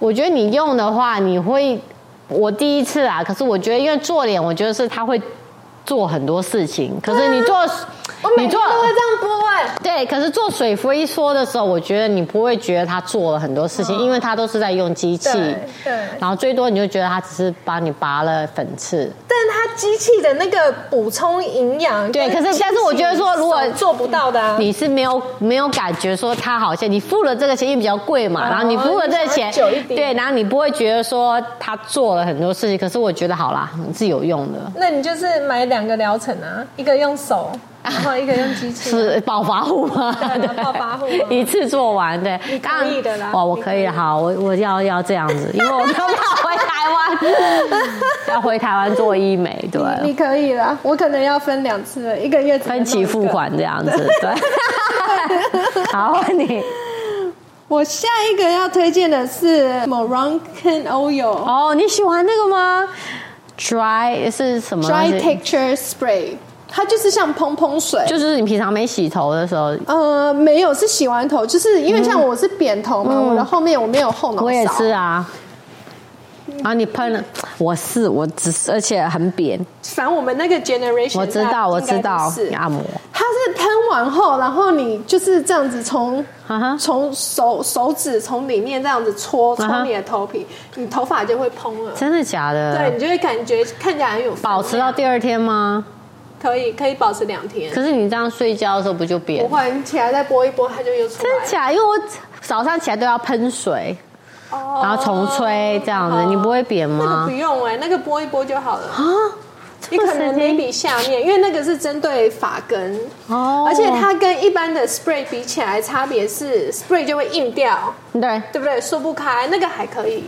[SPEAKER 1] 我觉得你用的话，你会我第一次啊，可是我觉得因为做脸，我觉得是他会做很多事情，可是你做、
[SPEAKER 2] 啊我每
[SPEAKER 1] 你
[SPEAKER 2] 天
[SPEAKER 1] 做。
[SPEAKER 2] 都会这样播哎。
[SPEAKER 1] 对，可是做水飞梭的时候，我觉得你不会觉得他做了很多事情，因为他都是在用机器
[SPEAKER 2] 嗯对对
[SPEAKER 1] 然后最多你就觉得他只是帮你拔了粉刺，
[SPEAKER 2] 但它机器的那个补充营养，
[SPEAKER 1] 对
[SPEAKER 2] 跟
[SPEAKER 1] 可是但是
[SPEAKER 2] 机器
[SPEAKER 1] 我觉得说如果
[SPEAKER 2] 手做不到的、啊，
[SPEAKER 1] 你是没有没有感觉说它好像你付了这个钱，因为比较贵嘛，
[SPEAKER 2] 哦
[SPEAKER 1] 然后你付了这个钱
[SPEAKER 2] 你想要久一，点
[SPEAKER 1] 对，然后你不会觉得说他做了很多事情，可是我觉得好啦，是有用的，
[SPEAKER 2] 那你就是买两个疗程啊，一个用手，然后一个用机器。
[SPEAKER 1] 啊
[SPEAKER 2] 啊
[SPEAKER 1] 是暴发户吗？
[SPEAKER 2] (laughs) 对暴发户
[SPEAKER 1] 一次做完，对，
[SPEAKER 2] 你
[SPEAKER 1] 当然
[SPEAKER 2] 可以的啦
[SPEAKER 1] 哇，我
[SPEAKER 2] 你
[SPEAKER 1] 可
[SPEAKER 2] 可以
[SPEAKER 1] 以的，好，我我要要这样子，因为我没有办法回台
[SPEAKER 2] (laughs)
[SPEAKER 1] 湾，要回台湾做医美，对，
[SPEAKER 2] 你可以啦，我可能要分两次了，一个月只能
[SPEAKER 1] 分期
[SPEAKER 2] 弄一
[SPEAKER 1] 付
[SPEAKER 2] 个。
[SPEAKER 1] 款这样子，对。 (laughs) 好，换你
[SPEAKER 2] 我下一个要推荐的是 Moroccan Oil
[SPEAKER 1] 哦，你喜欢那个吗？Dry 是什么东
[SPEAKER 2] Dry
[SPEAKER 1] 西
[SPEAKER 2] Texture Spray，它就是像蓬蓬水，
[SPEAKER 1] 就是你平常没洗头的时候，
[SPEAKER 2] 呃，没有是洗完头，就是因为像我是扁头嘛，我的后面我没有后脑勺，
[SPEAKER 1] 嗯我也是啊。啊，你喷了，我是我只是，而且很扁，
[SPEAKER 2] 反正我们那个 generation，
[SPEAKER 1] 我知
[SPEAKER 2] 大
[SPEAKER 1] 道
[SPEAKER 2] 家
[SPEAKER 1] 我
[SPEAKER 2] 应该
[SPEAKER 1] 知道
[SPEAKER 2] 都是，
[SPEAKER 1] 按摩，
[SPEAKER 2] 它是喷完后，然后你就是这样子从
[SPEAKER 1] 啊哈
[SPEAKER 2] 从手手指从里面这样子搓
[SPEAKER 1] 啊哈
[SPEAKER 2] 搓你的头皮，你头发就会蓬了。
[SPEAKER 1] 真的假的？
[SPEAKER 2] 对，你就会感觉看起来很有分量
[SPEAKER 1] 保持到第二天吗？
[SPEAKER 2] 可以可以保持两天，
[SPEAKER 1] 可是你这样睡觉的时候不就扁
[SPEAKER 2] 不
[SPEAKER 1] 了？
[SPEAKER 2] 会你起来再拨一拨，它就又出来
[SPEAKER 1] 真
[SPEAKER 2] 了
[SPEAKER 1] 的。假的因为我早上起来都要喷水，
[SPEAKER 2] 哦
[SPEAKER 1] 然后重吹这样子，你不会扁
[SPEAKER 2] 那个
[SPEAKER 1] 吗
[SPEAKER 2] 不？用哎、那个拨一拨就好
[SPEAKER 1] (laughs)
[SPEAKER 2] 了。
[SPEAKER 1] 啊，
[SPEAKER 2] 你
[SPEAKER 1] 这么
[SPEAKER 2] 可能
[SPEAKER 1] 神经
[SPEAKER 2] maybe 下面，因为那个是针对发根，
[SPEAKER 1] 哦
[SPEAKER 2] 而且它跟一般的 spray 比起来，差别是 spray 就会硬掉，
[SPEAKER 1] 对，
[SPEAKER 2] 对不对？缩不开，那个还可以。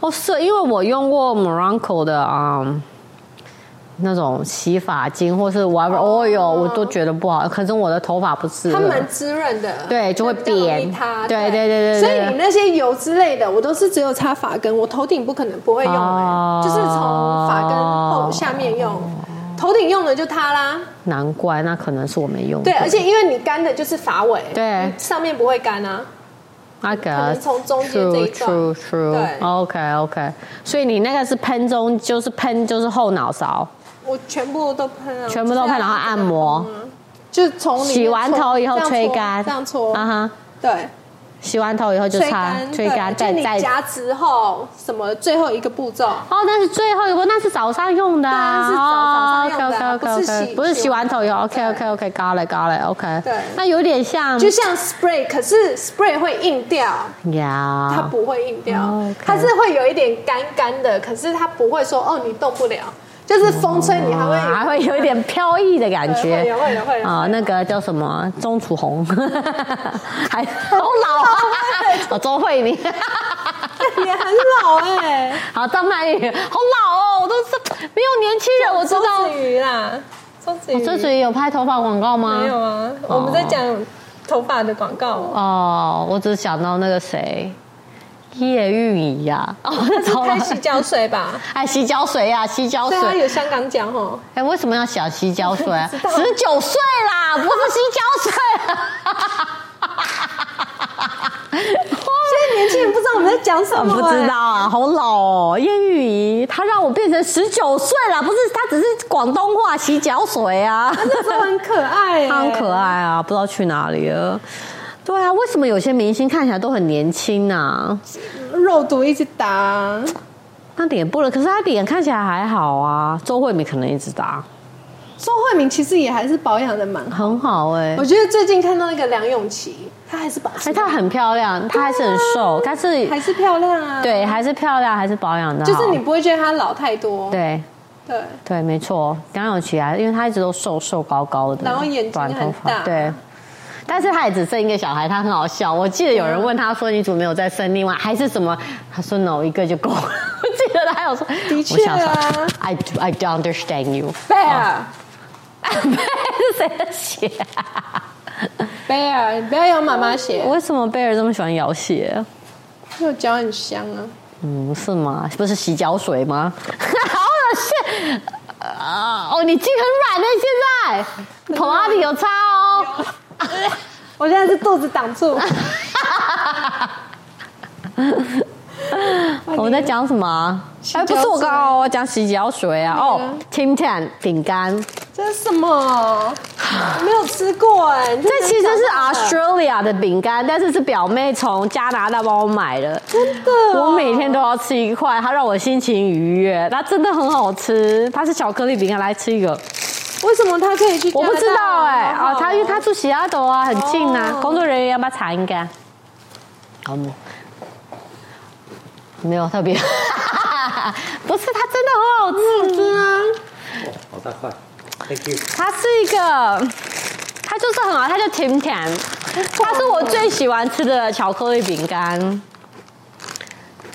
[SPEAKER 1] 哦是，因为我用过 Morocco 的啊、嗯那种洗发精或是 whatever
[SPEAKER 2] 哦
[SPEAKER 1] oil，、我都觉得不好，可是我的头发不是，
[SPEAKER 2] 它蛮滋润的，
[SPEAKER 1] 嗯对就会
[SPEAKER 2] 比较容易
[SPEAKER 1] 扁
[SPEAKER 2] 塌
[SPEAKER 1] 对对对对对
[SPEAKER 2] 所以你那些油之类的，我都是只有擦发根，我头顶不可能不会用、
[SPEAKER 1] 哦
[SPEAKER 2] 欸，就是从发根后下面用，头顶用了就塌啦。
[SPEAKER 1] 难怪，那可能是我没用过。
[SPEAKER 2] 对，而且因为你干的就是发尾，
[SPEAKER 1] 对
[SPEAKER 2] 上面不会干啊。
[SPEAKER 1] 那个
[SPEAKER 2] 可能从中间这一段
[SPEAKER 1] true true true
[SPEAKER 2] 对
[SPEAKER 1] OK OK，所以你那个是喷中，就是喷就是后脑勺，
[SPEAKER 2] 我全部都喷啊，
[SPEAKER 1] 全部都喷，然后按摩，
[SPEAKER 2] 就从里面
[SPEAKER 1] 洗完
[SPEAKER 2] 搓
[SPEAKER 1] 头以后
[SPEAKER 2] 这样搓
[SPEAKER 1] 吹干，
[SPEAKER 2] 这样搓，
[SPEAKER 1] 啊哈，
[SPEAKER 2] 对，
[SPEAKER 1] 洗完头以后就
[SPEAKER 2] 吹
[SPEAKER 1] 擦
[SPEAKER 2] 干，
[SPEAKER 1] 吹干，
[SPEAKER 2] 对
[SPEAKER 1] 再
[SPEAKER 2] 就
[SPEAKER 1] 再
[SPEAKER 2] 你夹直后什么最后一个步骤，
[SPEAKER 1] 哦，那是最后一步，那是早上用的啊，
[SPEAKER 2] 对那是早早上用的
[SPEAKER 1] OK
[SPEAKER 2] 啊
[SPEAKER 1] OK
[SPEAKER 2] 不是
[SPEAKER 1] OK，
[SPEAKER 2] 洗
[SPEAKER 1] 不是洗完头以后
[SPEAKER 2] 洗
[SPEAKER 1] ，OK
[SPEAKER 2] 完
[SPEAKER 1] OK OK，高了高了，OK，
[SPEAKER 2] 对
[SPEAKER 1] 那有点像
[SPEAKER 2] 就像 spray，可是 spray 会硬掉，它
[SPEAKER 1] 呀，
[SPEAKER 2] 不会硬掉
[SPEAKER 1] 啊哦，OK
[SPEAKER 2] 它是会有一点干干的，可是它不会说哦你动不了，就是风吹你还会
[SPEAKER 1] 还会有一点飘逸的感觉，
[SPEAKER 2] 对会有会有会有
[SPEAKER 1] 啊，那个叫什么钟楚
[SPEAKER 2] (laughs)
[SPEAKER 1] 红，还好老啊，哦，周慧敏， (laughs)
[SPEAKER 2] 你很老哎、
[SPEAKER 1] 好张曼玉，好老哦，我都是没有年轻 (laughs) 人，我知道
[SPEAKER 2] 周。子瑜啦，周子瑜，
[SPEAKER 1] 周子瑜有拍头发广告吗？
[SPEAKER 2] 没有啊，我们在讲头发的广告。
[SPEAKER 1] 哦，我只想到那个谁，叶蕴仪呀， (laughs) 哦，那
[SPEAKER 2] 是
[SPEAKER 1] 头
[SPEAKER 2] 开
[SPEAKER 1] 发
[SPEAKER 2] 洗脚
[SPEAKER 1] (laughs)
[SPEAKER 2] 水吧？
[SPEAKER 1] 哎，洗脚水呀、洗脚
[SPEAKER 2] 对
[SPEAKER 1] 水
[SPEAKER 2] 啊，。有香港讲吼，
[SPEAKER 1] 哎、为什么要想洗脚水、啊？
[SPEAKER 2] 道
[SPEAKER 1] 十九岁啦，不是洗脚水、啊。
[SPEAKER 2] (laughs) 现在年轻人不知道我们在讲什么、欸
[SPEAKER 1] 不知道。啊，好老哦，叶玉仪，她让我变成十九岁啦，不是，她只是广东话洗脚水啊，
[SPEAKER 2] 那时候很可爱、欸，
[SPEAKER 1] 她很可。爱啊，不知道去哪里了。对啊，为什么有些明星看起来都很年轻啊？
[SPEAKER 2] 肉毒一直打，
[SPEAKER 1] 那脸不能，可是她脸看起来还好啊。周慧敏可能一直打，
[SPEAKER 2] 周慧敏其实也还是保养的蛮好。
[SPEAKER 1] 很好哎、
[SPEAKER 2] 我觉得最近看到那个梁咏琪，她还是保持
[SPEAKER 1] 哎，，她很漂亮，她还是很瘦，但是
[SPEAKER 2] 还是漂亮啊。，
[SPEAKER 1] 对，还是漂亮，还是保养的好，
[SPEAKER 2] 就是你不会觉得她老太多。
[SPEAKER 1] 对。
[SPEAKER 2] 对，
[SPEAKER 1] 对，没错，刚有起来，因为他一直都瘦瘦高高的，
[SPEAKER 2] 然后眼睛
[SPEAKER 1] 短头
[SPEAKER 2] 很
[SPEAKER 1] 发，
[SPEAKER 2] 大
[SPEAKER 1] 对。但是他也只生一个小孩，他很好笑。我记得有人问他说：“你怎么没有再生另外还是什么？”他说：“no，一个就够了。” (laughs) 我记得他有说：“
[SPEAKER 2] 的
[SPEAKER 1] 我
[SPEAKER 2] 确
[SPEAKER 1] 想说
[SPEAKER 2] 啊
[SPEAKER 1] ，I do, I don't understand you。 (laughs)
[SPEAKER 2] 贝
[SPEAKER 1] 哦
[SPEAKER 2] 尔，
[SPEAKER 1] 是谁的鞋啊、
[SPEAKER 2] 贝尔，不要咬妈妈鞋，
[SPEAKER 1] 为什么贝尔这么喜欢咬
[SPEAKER 2] 啊
[SPEAKER 1] 鞋？
[SPEAKER 2] 因为我脚很香啊。
[SPEAKER 1] 嗯，是吗？不是洗脚水吗？ (laughs) 好恶心！啊、哦，你筋很软呢、现在头阿里有擦哦。
[SPEAKER 2] 我现在是肚子挡
[SPEAKER 1] (laughs)
[SPEAKER 2] 住。
[SPEAKER 1] 我们在讲什么啊？哎，不是我刚刚我讲洗脚水啊，哦，Tim Tam 饼干，
[SPEAKER 2] 这是什么？我没有吃过哎、你
[SPEAKER 1] 这其实是
[SPEAKER 2] 是
[SPEAKER 1] Australia 的饼干，但是是表妹从加拿大帮我买的。
[SPEAKER 2] 真的哦、
[SPEAKER 1] 我每天都要吃一块，它让我心情愉悦。它真的很好吃，它是巧克力饼干，来吃一个。
[SPEAKER 2] 为什么他可以去加
[SPEAKER 1] 我
[SPEAKER 2] 拿大？
[SPEAKER 1] 不知道哎、
[SPEAKER 2] 好好
[SPEAKER 1] 哦，他因为他住西雅图啊，很近啊。
[SPEAKER 2] 哦
[SPEAKER 1] 工作人员要不要查应该？好，没有特别， (laughs) 不是，它嗯真的很好吃。
[SPEAKER 2] 对啊，
[SPEAKER 3] 好大块，Thank you。
[SPEAKER 1] 它是一个，它就是很好，它叫甜甜，
[SPEAKER 2] 啊
[SPEAKER 1] 它是我最喜欢吃的巧克力饼干。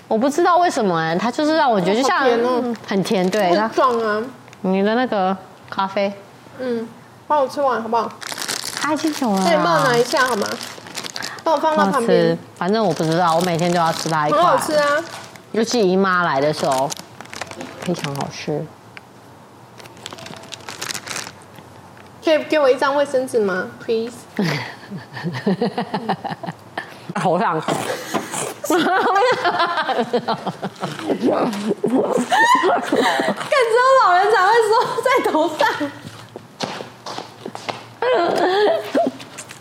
[SPEAKER 1] 我不知道为什么哎、它就是让我觉得就像
[SPEAKER 2] 好甜哦
[SPEAKER 1] 嗯很甜，对。然
[SPEAKER 2] 很
[SPEAKER 1] 后
[SPEAKER 2] 壮啊，
[SPEAKER 1] 你的那个咖啡，
[SPEAKER 2] 嗯，帮我吃完好不好？
[SPEAKER 1] 它已经有了
[SPEAKER 2] 那你帮我
[SPEAKER 1] 啦。
[SPEAKER 2] 拿一下好吗？帮我放到
[SPEAKER 1] 好
[SPEAKER 2] 旁
[SPEAKER 1] 吃
[SPEAKER 2] 边，，
[SPEAKER 1] 反正我不知道，我每天都要吃它一块。
[SPEAKER 2] 很好吃啊。
[SPEAKER 1] 尤其姨妈来的时候，非常好吃。
[SPEAKER 2] 可以给我一张卫生纸吗？Please。
[SPEAKER 1] 头上。
[SPEAKER 2] 看，只有老人才会说在头上。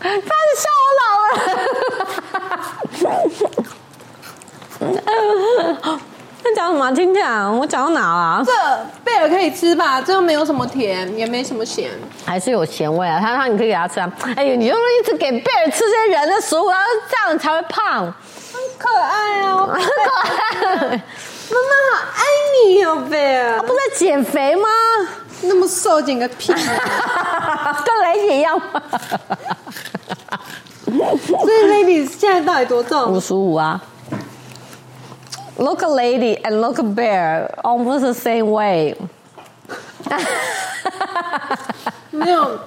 [SPEAKER 1] 他是笑我老了。他讲什么啊？听听啊，我讲到哪了啊？
[SPEAKER 2] 这贝尔可以吃吧？这又没有什么甜，也没什么咸。
[SPEAKER 1] 还是有咸味啊！他让你可以给他吃啊。哎呦，你就是一直给贝尔吃这些人的食物，他是这样才会胖。
[SPEAKER 2] 很可爱哦，很可爱。妈妈好爱你哦，贝尔
[SPEAKER 1] 他不。是在减肥吗？
[SPEAKER 2] 那么瘦，减个屁！所
[SPEAKER 1] 跟雷姐一样吗？
[SPEAKER 2] 以 Lady 现在到底多重
[SPEAKER 1] 五？十五啊。Look a lady and look a bear almost the same way。
[SPEAKER 2] 没有，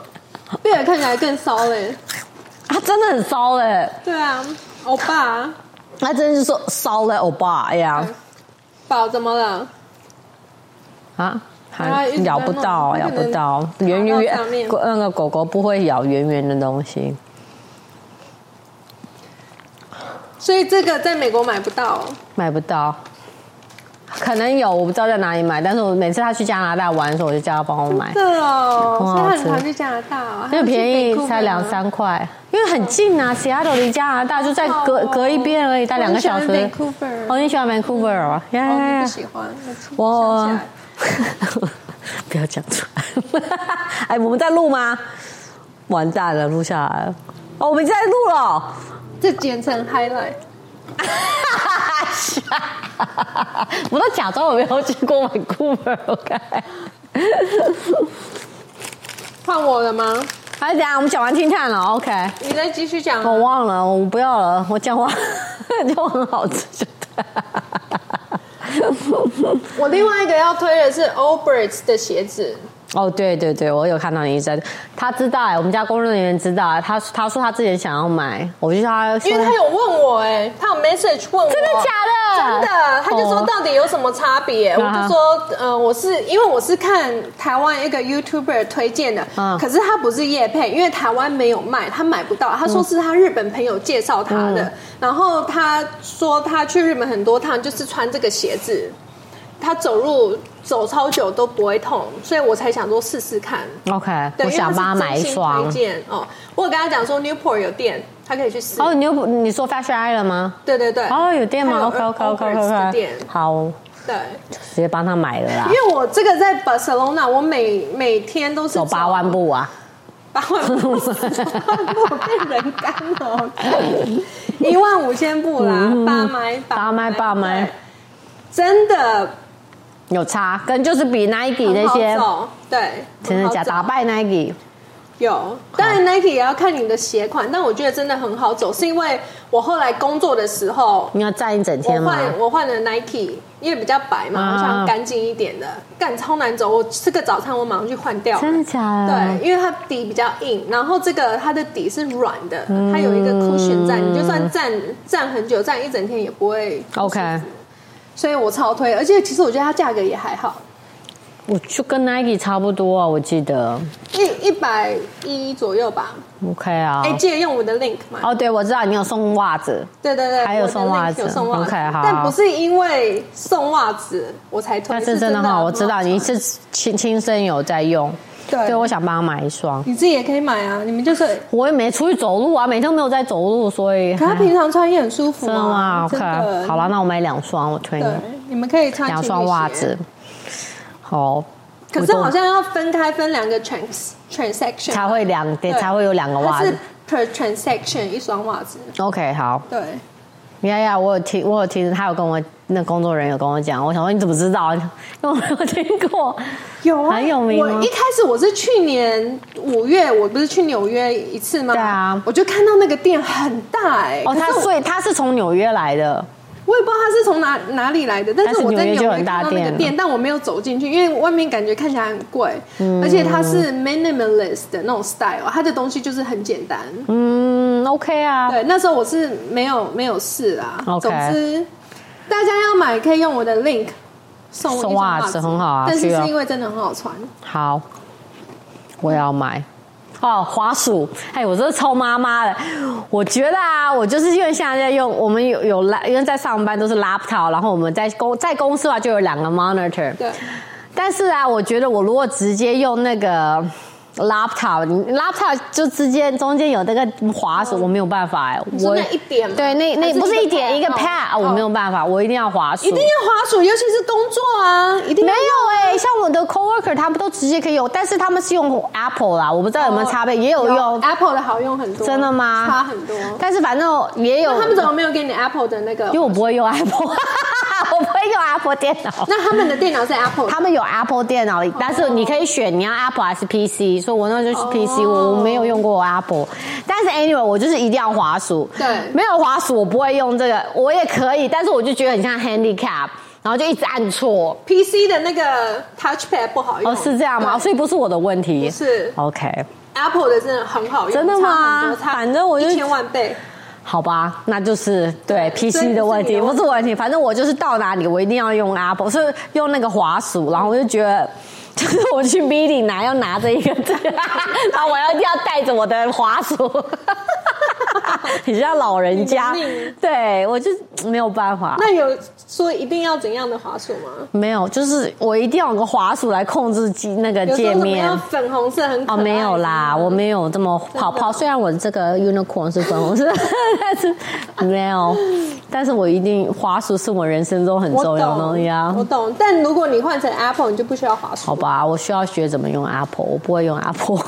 [SPEAKER 2] 贝尔看起来更骚嘞。
[SPEAKER 1] 他真的很骚嘞，
[SPEAKER 2] 对啊，欧巴，
[SPEAKER 1] 他真的是说骚嘞欧巴，哎呀
[SPEAKER 2] 宝怎么了？
[SPEAKER 1] 啊，
[SPEAKER 2] 啊
[SPEAKER 1] 还
[SPEAKER 2] 一直在
[SPEAKER 1] 咬不到，
[SPEAKER 2] 弄
[SPEAKER 1] 咬不到，
[SPEAKER 2] 不可能
[SPEAKER 1] 圆圆
[SPEAKER 2] 爬到上
[SPEAKER 1] 圆
[SPEAKER 2] 面，
[SPEAKER 1] 那个狗狗不会咬圆圆的东西。
[SPEAKER 2] 所以这个在美国买不到、哦。
[SPEAKER 1] 买不到，可能有，我不知道在哪里买。但是我每次他去加拿大玩的时候，我就叫他帮我买，
[SPEAKER 2] 这
[SPEAKER 1] 哎
[SPEAKER 2] 哦，
[SPEAKER 1] 很
[SPEAKER 2] 所以
[SPEAKER 1] 好
[SPEAKER 2] 他
[SPEAKER 1] 吃
[SPEAKER 2] 很常去加拿大、哦，
[SPEAKER 1] 因为便宜才两
[SPEAKER 2] 三。
[SPEAKER 1] 三块，因为很近啊，西雅图离加拿大就在隔
[SPEAKER 2] 好哦
[SPEAKER 1] 隔一边而已，待两个小时
[SPEAKER 2] 我很喜欢。Vancouver
[SPEAKER 1] 哦，你喜欢 Vancouver 哦？耶
[SPEAKER 2] 哦，你不喜欢？
[SPEAKER 1] 我
[SPEAKER 2] 我想起来
[SPEAKER 1] (laughs) 不要讲出来。 (laughs) 哎，我们在录吗？完蛋了，录下来了。哦，我们在录了。 (laughs)
[SPEAKER 2] 这简称 highlight。
[SPEAKER 1] 我都假装我没有去过 Vancouver，OK？、
[SPEAKER 2] 换我了吗？
[SPEAKER 1] 还是等一下我们讲完听看了，OK？
[SPEAKER 2] 你再继续讲啊。
[SPEAKER 1] 我忘了，我不要了，我讲话 (laughs) 就很好吃，就对了。
[SPEAKER 2] 我另外一个要推的是 Allbirds 的鞋子，
[SPEAKER 1] 哦，对对对，我有看到你一直在，他知道哎、我们家工作人员知道哎、他他说他之前想要买，我就叫他说，
[SPEAKER 2] 因为他有问我、哎，他有 message 问我，
[SPEAKER 1] 真的假的？
[SPEAKER 2] 真的，他就说
[SPEAKER 1] 哦
[SPEAKER 2] 到底有什么差别？我
[SPEAKER 1] 啊哈
[SPEAKER 2] 就说，呃，我是因为我是看台湾一个 YouTuber 推荐的，
[SPEAKER 1] 嗯
[SPEAKER 2] 可是他不是叶配，因为台湾没有卖，他买不到。他说是他日本朋友介绍他
[SPEAKER 1] 嗯
[SPEAKER 2] 的，然后他说他去日本很多趟，就是穿这个鞋子，他走路走超久都不会痛，所以我才想说试试看。
[SPEAKER 1] 哦 OK，
[SPEAKER 2] 对，
[SPEAKER 1] 我想帮他买一
[SPEAKER 2] 因为
[SPEAKER 1] 双
[SPEAKER 2] 他是真。心推荐哦，我有跟他讲说 Newport 有店，他可以去试。
[SPEAKER 1] 哦，你又不你说 Fashion Island 吗？
[SPEAKER 2] 对对对，
[SPEAKER 1] 哦，有店
[SPEAKER 2] 呃他
[SPEAKER 1] 吗
[SPEAKER 2] 有
[SPEAKER 1] ？OK OK OK
[SPEAKER 2] Allbirds 的
[SPEAKER 1] OK
[SPEAKER 2] 店，
[SPEAKER 1] 好，
[SPEAKER 2] 对。
[SPEAKER 1] 直接帮他买了啦
[SPEAKER 2] 因，为我这个在 Barcelona，我每每天都是
[SPEAKER 1] 走八万，步啊。
[SPEAKER 2] 八万步，八万步变人干了，一万五千步啦，八迈，
[SPEAKER 1] 嗯八迈八迈
[SPEAKER 2] 对真的
[SPEAKER 1] 有差，跟就是比 Nike 那些
[SPEAKER 2] 很好走对，
[SPEAKER 1] 真的假
[SPEAKER 2] 很
[SPEAKER 1] 打
[SPEAKER 2] 好走
[SPEAKER 1] 败 Nike，
[SPEAKER 2] 有，当然 Nike 也要看你的鞋款，但我觉得真的很好走，是因为我后来工作的时候，
[SPEAKER 1] 你要站一整
[SPEAKER 2] 我
[SPEAKER 1] 天吗？
[SPEAKER 2] 换我换了 Nike，因为比较白嘛，
[SPEAKER 1] 啊
[SPEAKER 2] 我想干净一点的。干超难走，我吃个早餐我马上去换掉了。
[SPEAKER 1] 真的假的？
[SPEAKER 2] 对，因为它底比较硬，然后这个它的底是软的，
[SPEAKER 1] 嗯
[SPEAKER 2] 它有一个 cushion 在，你就算站站很久，站一整天也不会。
[SPEAKER 1] ，OK，
[SPEAKER 2] 所以我超推，而且其实我觉得它价格也还好，
[SPEAKER 1] 我就跟 Nike 差不多啊，我记得。
[SPEAKER 2] 一一百一左右吧。
[SPEAKER 1] OK 啊
[SPEAKER 2] 哎、。借用我的 link 嘛。
[SPEAKER 1] 哦，对，我知道你有送袜子。
[SPEAKER 2] 对对对，
[SPEAKER 1] 还有
[SPEAKER 2] 我的
[SPEAKER 1] 送袜
[SPEAKER 2] link 有
[SPEAKER 1] 子
[SPEAKER 2] 送袜子
[SPEAKER 1] OK，好
[SPEAKER 2] 但不是因为送袜子我才推，
[SPEAKER 1] 但是真的
[SPEAKER 2] 很
[SPEAKER 1] 哈，
[SPEAKER 2] 好
[SPEAKER 1] 我知道你是亲亲身有在用，
[SPEAKER 2] 对
[SPEAKER 1] 所以我想帮他买一双。
[SPEAKER 2] 你自己也可以买啊，你们就是。
[SPEAKER 1] 我也没出去走路啊，每天都没有在走路，所以
[SPEAKER 2] 可他平常穿也很舒服
[SPEAKER 1] 真的吗
[SPEAKER 2] 啊，
[SPEAKER 1] ？OK，
[SPEAKER 2] 真的。
[SPEAKER 1] 好了，，那我买两双，我推你
[SPEAKER 2] 对，你们可以穿
[SPEAKER 1] 两
[SPEAKER 2] 情
[SPEAKER 1] 双
[SPEAKER 2] 侣
[SPEAKER 1] 袜
[SPEAKER 2] 鞋
[SPEAKER 1] 子。好，我
[SPEAKER 2] 可是
[SPEAKER 1] 就
[SPEAKER 2] 好像要分开分两个 trans transaction
[SPEAKER 1] 才会两对，
[SPEAKER 2] 对
[SPEAKER 1] 才会有两个袜
[SPEAKER 2] 它是
[SPEAKER 1] 子。
[SPEAKER 2] per transaction 一双袜子，
[SPEAKER 1] OK，好，
[SPEAKER 2] 对，
[SPEAKER 1] 呀呀，我有听，我有听，他有跟我那工作人员有跟我讲，我想说你怎么知道？因 (laughs) 为我没有听过。
[SPEAKER 2] 有啊，
[SPEAKER 1] 很有名吗
[SPEAKER 2] 我一开始我是去年五月，我不是去纽约一次吗？
[SPEAKER 1] 对啊
[SPEAKER 2] 我就看到那个店很大哎、
[SPEAKER 1] 哦，
[SPEAKER 2] 可
[SPEAKER 1] 他
[SPEAKER 2] 是我
[SPEAKER 1] 所以他是从纽约来的，
[SPEAKER 2] 我也不知道它是从哪哪里来的，但
[SPEAKER 1] 但
[SPEAKER 2] 是
[SPEAKER 1] 是
[SPEAKER 2] 我
[SPEAKER 1] 纽
[SPEAKER 2] 在
[SPEAKER 1] 约
[SPEAKER 2] 纽
[SPEAKER 1] 就有
[SPEAKER 2] 约
[SPEAKER 1] 很大
[SPEAKER 2] 看到那
[SPEAKER 1] 店
[SPEAKER 2] 个
[SPEAKER 1] 了
[SPEAKER 2] 店，但我没有走进去，因为外面感觉看起来很贵，
[SPEAKER 1] 嗯
[SPEAKER 2] 而且它是 minimalist 的那种 style，它的东西就是很简单。
[SPEAKER 1] 嗯，OK 啊，
[SPEAKER 2] 对，那时候我是没有没有试啦。
[SPEAKER 1] OK
[SPEAKER 2] 总之，大家要买可以用我的 link 送我一
[SPEAKER 1] 送
[SPEAKER 2] 双
[SPEAKER 1] 袜
[SPEAKER 2] 袜
[SPEAKER 1] 子很好啊
[SPEAKER 2] 但是
[SPEAKER 1] 去啊
[SPEAKER 2] 是因为真的很好穿，
[SPEAKER 1] 好，我要买。哦，滑鼠，哎，我真的超妈妈的。我觉得啊，我就是因为现在在用，我们有有拉，因为在上班都是 laptop，然后我们在公在公司的话就有两个 monitor，
[SPEAKER 2] 对，
[SPEAKER 1] 但是啊，我觉得我如果直接用那个 laptop，你 laptop 就直接中间有那个滑鼠，我没有办法哎、
[SPEAKER 2] 你说
[SPEAKER 1] 我
[SPEAKER 2] 哦那一点吗
[SPEAKER 1] 对，那
[SPEAKER 2] 还
[SPEAKER 1] 那
[SPEAKER 2] 是
[SPEAKER 1] 不是一
[SPEAKER 2] 一个
[SPEAKER 1] 点
[SPEAKER 2] pad
[SPEAKER 1] 一个
[SPEAKER 2] 哦
[SPEAKER 1] pad，、啊，我
[SPEAKER 2] 哦
[SPEAKER 1] 没有办法，我一定要滑鼠，
[SPEAKER 2] 一定要滑鼠，尤其是工作啊，一定
[SPEAKER 1] 没
[SPEAKER 2] 要
[SPEAKER 1] 有哎、像我的 coworker 他们都直接可以用，但是他们是用 Apple 啦，我不知道有没有
[SPEAKER 2] 哦
[SPEAKER 1] 差别，也有用，
[SPEAKER 2] Apple 的好用很多，
[SPEAKER 1] 真的吗
[SPEAKER 2] 差很多。
[SPEAKER 1] 但是反正也有
[SPEAKER 2] 那。他们怎么没有给你 Apple 的那个
[SPEAKER 1] 因为？我不会用 Apple，我 (laughs) 不会用 Apple 电脑。
[SPEAKER 2] 那他哦们的电脑是 Apple，
[SPEAKER 1] 他们有 Apple 电脑，但是你可以选你要 Apple 还是 PC，所以我那时候就是
[SPEAKER 2] 哦
[SPEAKER 1] PC，、我我没有用过 Apple，但是 anyway 我就是一定要滑鼠，
[SPEAKER 2] 对
[SPEAKER 1] 没有滑鼠我不会用这个，我也可以，但是我就觉得很像 handicap，然后就一直按错，
[SPEAKER 2] PC 的那个 Touchpad 不好用。
[SPEAKER 1] 哦是这样吗？
[SPEAKER 2] 对
[SPEAKER 1] 所以不是我的问题，
[SPEAKER 2] 不是
[SPEAKER 1] OK，
[SPEAKER 2] Apple 的真的很好用，
[SPEAKER 1] 真的吗
[SPEAKER 2] 差很多差
[SPEAKER 1] 反正我就
[SPEAKER 2] 一千万倍。
[SPEAKER 1] 好吧，那就是对
[SPEAKER 2] 对所以
[SPEAKER 1] PC 的问题，
[SPEAKER 2] 不是你
[SPEAKER 1] 不是
[SPEAKER 2] 的问题
[SPEAKER 1] 我的问题。反正我就是到哪里，我一定要用 Apple，是用那个滑鼠，然后我就觉得。 (laughs) 就是我去 meeting 拿要拿着一个 (laughs) 这个，然后我要一定要带着我的滑鼠， (laughs) 很像老人家
[SPEAKER 2] 你的命。
[SPEAKER 1] 对我就没有办法，
[SPEAKER 2] 那有说一定要怎样的滑鼠吗？
[SPEAKER 1] 没有，就是我一定要有个滑鼠来控制机那个
[SPEAKER 2] 有说
[SPEAKER 1] 界
[SPEAKER 2] 什么
[SPEAKER 1] 面。
[SPEAKER 2] 要粉红色很可
[SPEAKER 1] 哦，
[SPEAKER 2] 爱
[SPEAKER 1] 没有啦，
[SPEAKER 2] 什么
[SPEAKER 1] 我没有这么
[SPEAKER 2] 哦
[SPEAKER 1] 泡泡。虽然我这个 unicorn 是粉红色， (laughs) 但是没有，但是我一定滑鼠是我人生中很
[SPEAKER 2] 我
[SPEAKER 1] 重要的东西啊
[SPEAKER 2] 懂，我。懂。但如果你换成 Apple，你就不需要滑
[SPEAKER 1] 好
[SPEAKER 2] 鼠。
[SPEAKER 1] 吧，我需要学怎么用 Apple，我不会用 Apple。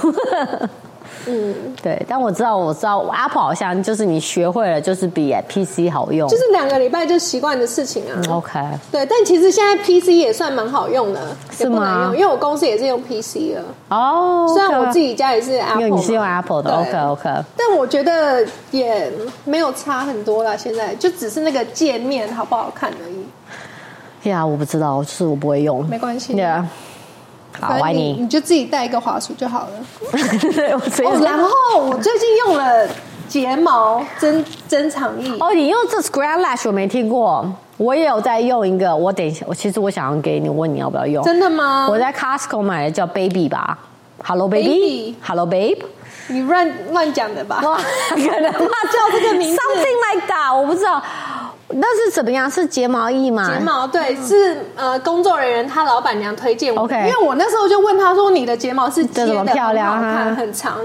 [SPEAKER 2] 嗯，
[SPEAKER 1] (laughs) 对，但我知道，我知道 Apple 好像就是你学会了，就是比 PC 好用。嗯
[SPEAKER 2] 就是两个礼拜就习惯的事情啊。
[SPEAKER 1] OK，
[SPEAKER 2] 对，但其实现在 PC 也算蛮好用的，
[SPEAKER 1] 是
[SPEAKER 2] 也不难
[SPEAKER 1] 吗
[SPEAKER 2] 用，因为我公司也是用 PC 的。
[SPEAKER 1] 哦，
[SPEAKER 2] 虽然我自
[SPEAKER 1] 己
[SPEAKER 2] 己家也是 Apple，
[SPEAKER 1] 因为你是用
[SPEAKER 2] 嘛
[SPEAKER 1] Apple 的
[SPEAKER 2] 对
[SPEAKER 1] ，OK OK。
[SPEAKER 2] 但我觉得也没有差很多啦。现在就只是那个界面好不好看而已，
[SPEAKER 1] 呀，我不知道，就是我不会用。
[SPEAKER 2] 没关系。
[SPEAKER 1] Yeah，好，我
[SPEAKER 2] 反
[SPEAKER 1] 爱
[SPEAKER 2] 正
[SPEAKER 1] 你。
[SPEAKER 2] 你
[SPEAKER 1] (laughs)
[SPEAKER 2] 你就自己带一个滑鼠就好了。
[SPEAKER 1] 对我直接
[SPEAKER 2] 哦，然后我最近用了睫毛增增长液，
[SPEAKER 1] 哦，你用这 Scratch Lash 我没听过，我也有在用一个。我等一下，我其实我想要给你，问你要不要用。
[SPEAKER 2] 真的吗？
[SPEAKER 1] 哦我在 Costco 买的叫 Baby 吧，Hello Baby，Hello Babe，
[SPEAKER 2] 你乱乱讲的吧？
[SPEAKER 1] 哇，可能他
[SPEAKER 2] 叫这个名字
[SPEAKER 1] ，Something like that，我不知道。那是怎么样？是睫毛液吗？
[SPEAKER 2] 睫毛对，是呃，工作人员他老板娘推荐我的
[SPEAKER 1] OK
[SPEAKER 2] 因为我那时候就问他说你的睫毛是
[SPEAKER 1] 这
[SPEAKER 2] 接的，
[SPEAKER 1] 怎么漂亮啊
[SPEAKER 2] 很好看，很长，